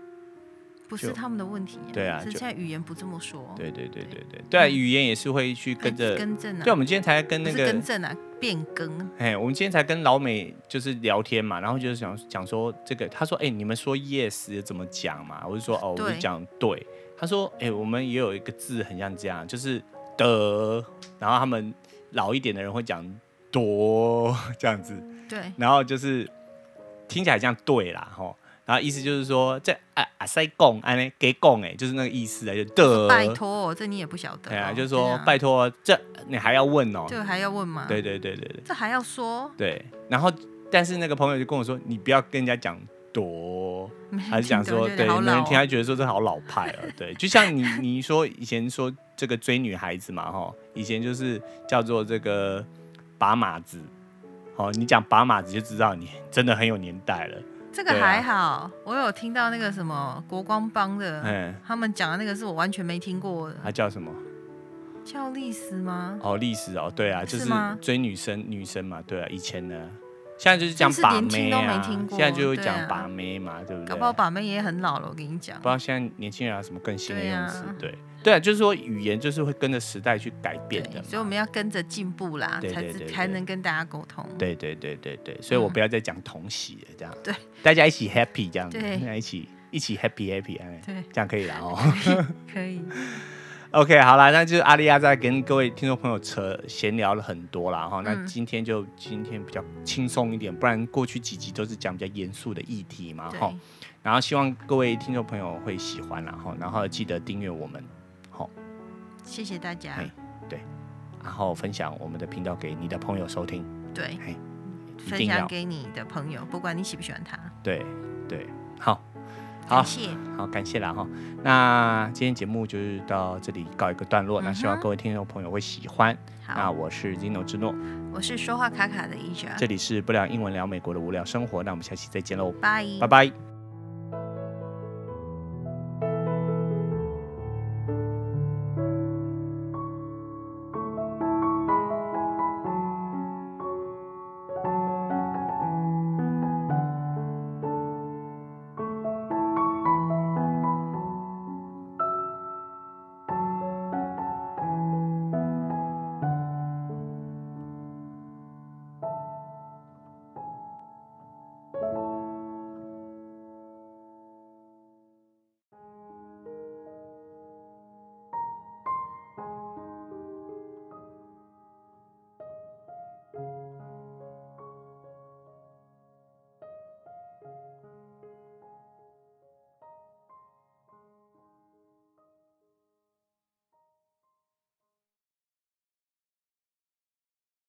[SPEAKER 2] 不是
[SPEAKER 1] 就
[SPEAKER 2] 他们的问题、
[SPEAKER 1] 对啊
[SPEAKER 2] 是
[SPEAKER 1] 就
[SPEAKER 2] 现在语言不这么说。
[SPEAKER 1] 对对对对对
[SPEAKER 2] 嗯
[SPEAKER 1] 对啊，语言也是会去
[SPEAKER 2] 会
[SPEAKER 1] 跟着，
[SPEAKER 2] 更正啊，
[SPEAKER 1] 对，我们今天才跟那
[SPEAKER 2] 不
[SPEAKER 1] 个
[SPEAKER 2] 是更正啊，变更。
[SPEAKER 1] 哎，我们今天才跟老美就是聊天嘛，然后就是想讲说这个，他说哎、你们说 yes 怎么讲嘛？我就说哦，我
[SPEAKER 2] 对
[SPEAKER 1] 就讲对。他说哎、我们也有一个字很像这样，就是的，然后他们老一点的人会讲多这样子，
[SPEAKER 2] 对，
[SPEAKER 1] 然后就是听起来像对啦吼。然后意思就是说，这啊啊塞贡安呢给贡哎，就是那个意思啊，就的，
[SPEAKER 2] 哦拜托，这你也不晓得哦。
[SPEAKER 1] 哎呀，就是
[SPEAKER 2] 真
[SPEAKER 1] 说
[SPEAKER 2] 的啊啊
[SPEAKER 1] 拜托，这你还要问哦，
[SPEAKER 2] 这个还要问吗？
[SPEAKER 1] 对，对对对对。
[SPEAKER 2] 这还要说？
[SPEAKER 1] 对，然后但是那个朋友就跟我说，你不要跟人家讲多，
[SPEAKER 2] 没人
[SPEAKER 1] 还是
[SPEAKER 2] 听
[SPEAKER 1] 讲
[SPEAKER 2] 懂
[SPEAKER 1] 说
[SPEAKER 2] 就有
[SPEAKER 1] 对，
[SPEAKER 2] 点好
[SPEAKER 1] 那
[SPEAKER 2] 老
[SPEAKER 1] 人
[SPEAKER 2] 哦
[SPEAKER 1] 听他啊觉得说这好老派哦，对，就像你 你说以前说这个追女孩子嘛，哈，以前就是叫做这个把马子，哦，你讲把马子就知道你真的很有年代了，
[SPEAKER 2] 这个
[SPEAKER 1] 对啊
[SPEAKER 2] 还好，我有听到那个什么国光帮的，
[SPEAKER 1] 嗯，
[SPEAKER 2] 他们讲的那个是我完全没听过的，
[SPEAKER 1] 它叫什么？
[SPEAKER 2] 叫历史吗？
[SPEAKER 1] 哦，历史哦，对啊，就是是
[SPEAKER 2] 吗
[SPEAKER 1] 追女生女生嘛，对啊，以前呢。现在就是讲
[SPEAKER 2] 就是
[SPEAKER 1] 把
[SPEAKER 2] 连听
[SPEAKER 1] 妹
[SPEAKER 2] 都没
[SPEAKER 1] 啊
[SPEAKER 2] 听，
[SPEAKER 1] 现在就
[SPEAKER 2] 过
[SPEAKER 1] 会
[SPEAKER 2] 对啊
[SPEAKER 1] 讲把妹嘛，对不
[SPEAKER 2] 搞
[SPEAKER 1] 对？
[SPEAKER 2] 不好把妹也很老了，我跟你讲
[SPEAKER 1] 不知。道现在年轻人有什么更新的用词
[SPEAKER 2] 对啊？
[SPEAKER 1] 对对啊，就是说语言就是会跟着时代去改变的
[SPEAKER 2] 对，
[SPEAKER 1] 嘛。
[SPEAKER 2] 所以我们要跟着进步啦，
[SPEAKER 1] 对
[SPEAKER 2] 才
[SPEAKER 1] 对
[SPEAKER 2] 知
[SPEAKER 1] 对
[SPEAKER 2] 才
[SPEAKER 1] 对
[SPEAKER 2] 能跟大家沟通。
[SPEAKER 1] 对对对对对，所以我
[SPEAKER 2] 嗯
[SPEAKER 1] 不要再讲同喜了，这样
[SPEAKER 2] 对，
[SPEAKER 1] 大家一起 happy 这样子，
[SPEAKER 2] 对
[SPEAKER 1] 大家一起一起 happy happy，哎
[SPEAKER 2] 对
[SPEAKER 1] 这样可以了哦。
[SPEAKER 2] 可以，
[SPEAKER 1] OK，好啦，那就是阿丽亚在跟各位听众朋友扯闲聊了很多啦哈。那
[SPEAKER 2] 嗯
[SPEAKER 1] 今天就今天比较轻松一点，不然过去几集都是讲比较严肃的议题嘛哈
[SPEAKER 2] 对。，
[SPEAKER 1] 然后希望各位听众朋友会喜欢啦哈，然后记得订阅我们。
[SPEAKER 2] 谢谢大家。
[SPEAKER 1] 嘿然后分享我们的频道给你的朋友收听。
[SPEAKER 2] 对嗯
[SPEAKER 1] 嘿，一
[SPEAKER 2] 分
[SPEAKER 1] 定
[SPEAKER 2] 享
[SPEAKER 1] 要
[SPEAKER 2] 给你的朋友，不管你喜不喜欢他。
[SPEAKER 1] 对对，好，好
[SPEAKER 2] 感，谢，
[SPEAKER 1] 好，感谢啦哈。那今天节目就是到这里告一个段落，那希
[SPEAKER 2] 嗯
[SPEAKER 1] 望
[SPEAKER 2] 哼
[SPEAKER 1] 各位听众朋友会喜欢。那
[SPEAKER 2] 好，
[SPEAKER 1] 我是 Zino 之诺，
[SPEAKER 2] 我是说话卡卡的一哲
[SPEAKER 1] 这，里是不良英文聊美国的无聊生活，那我们下期再见喽，
[SPEAKER 2] 拜
[SPEAKER 1] 拜拜。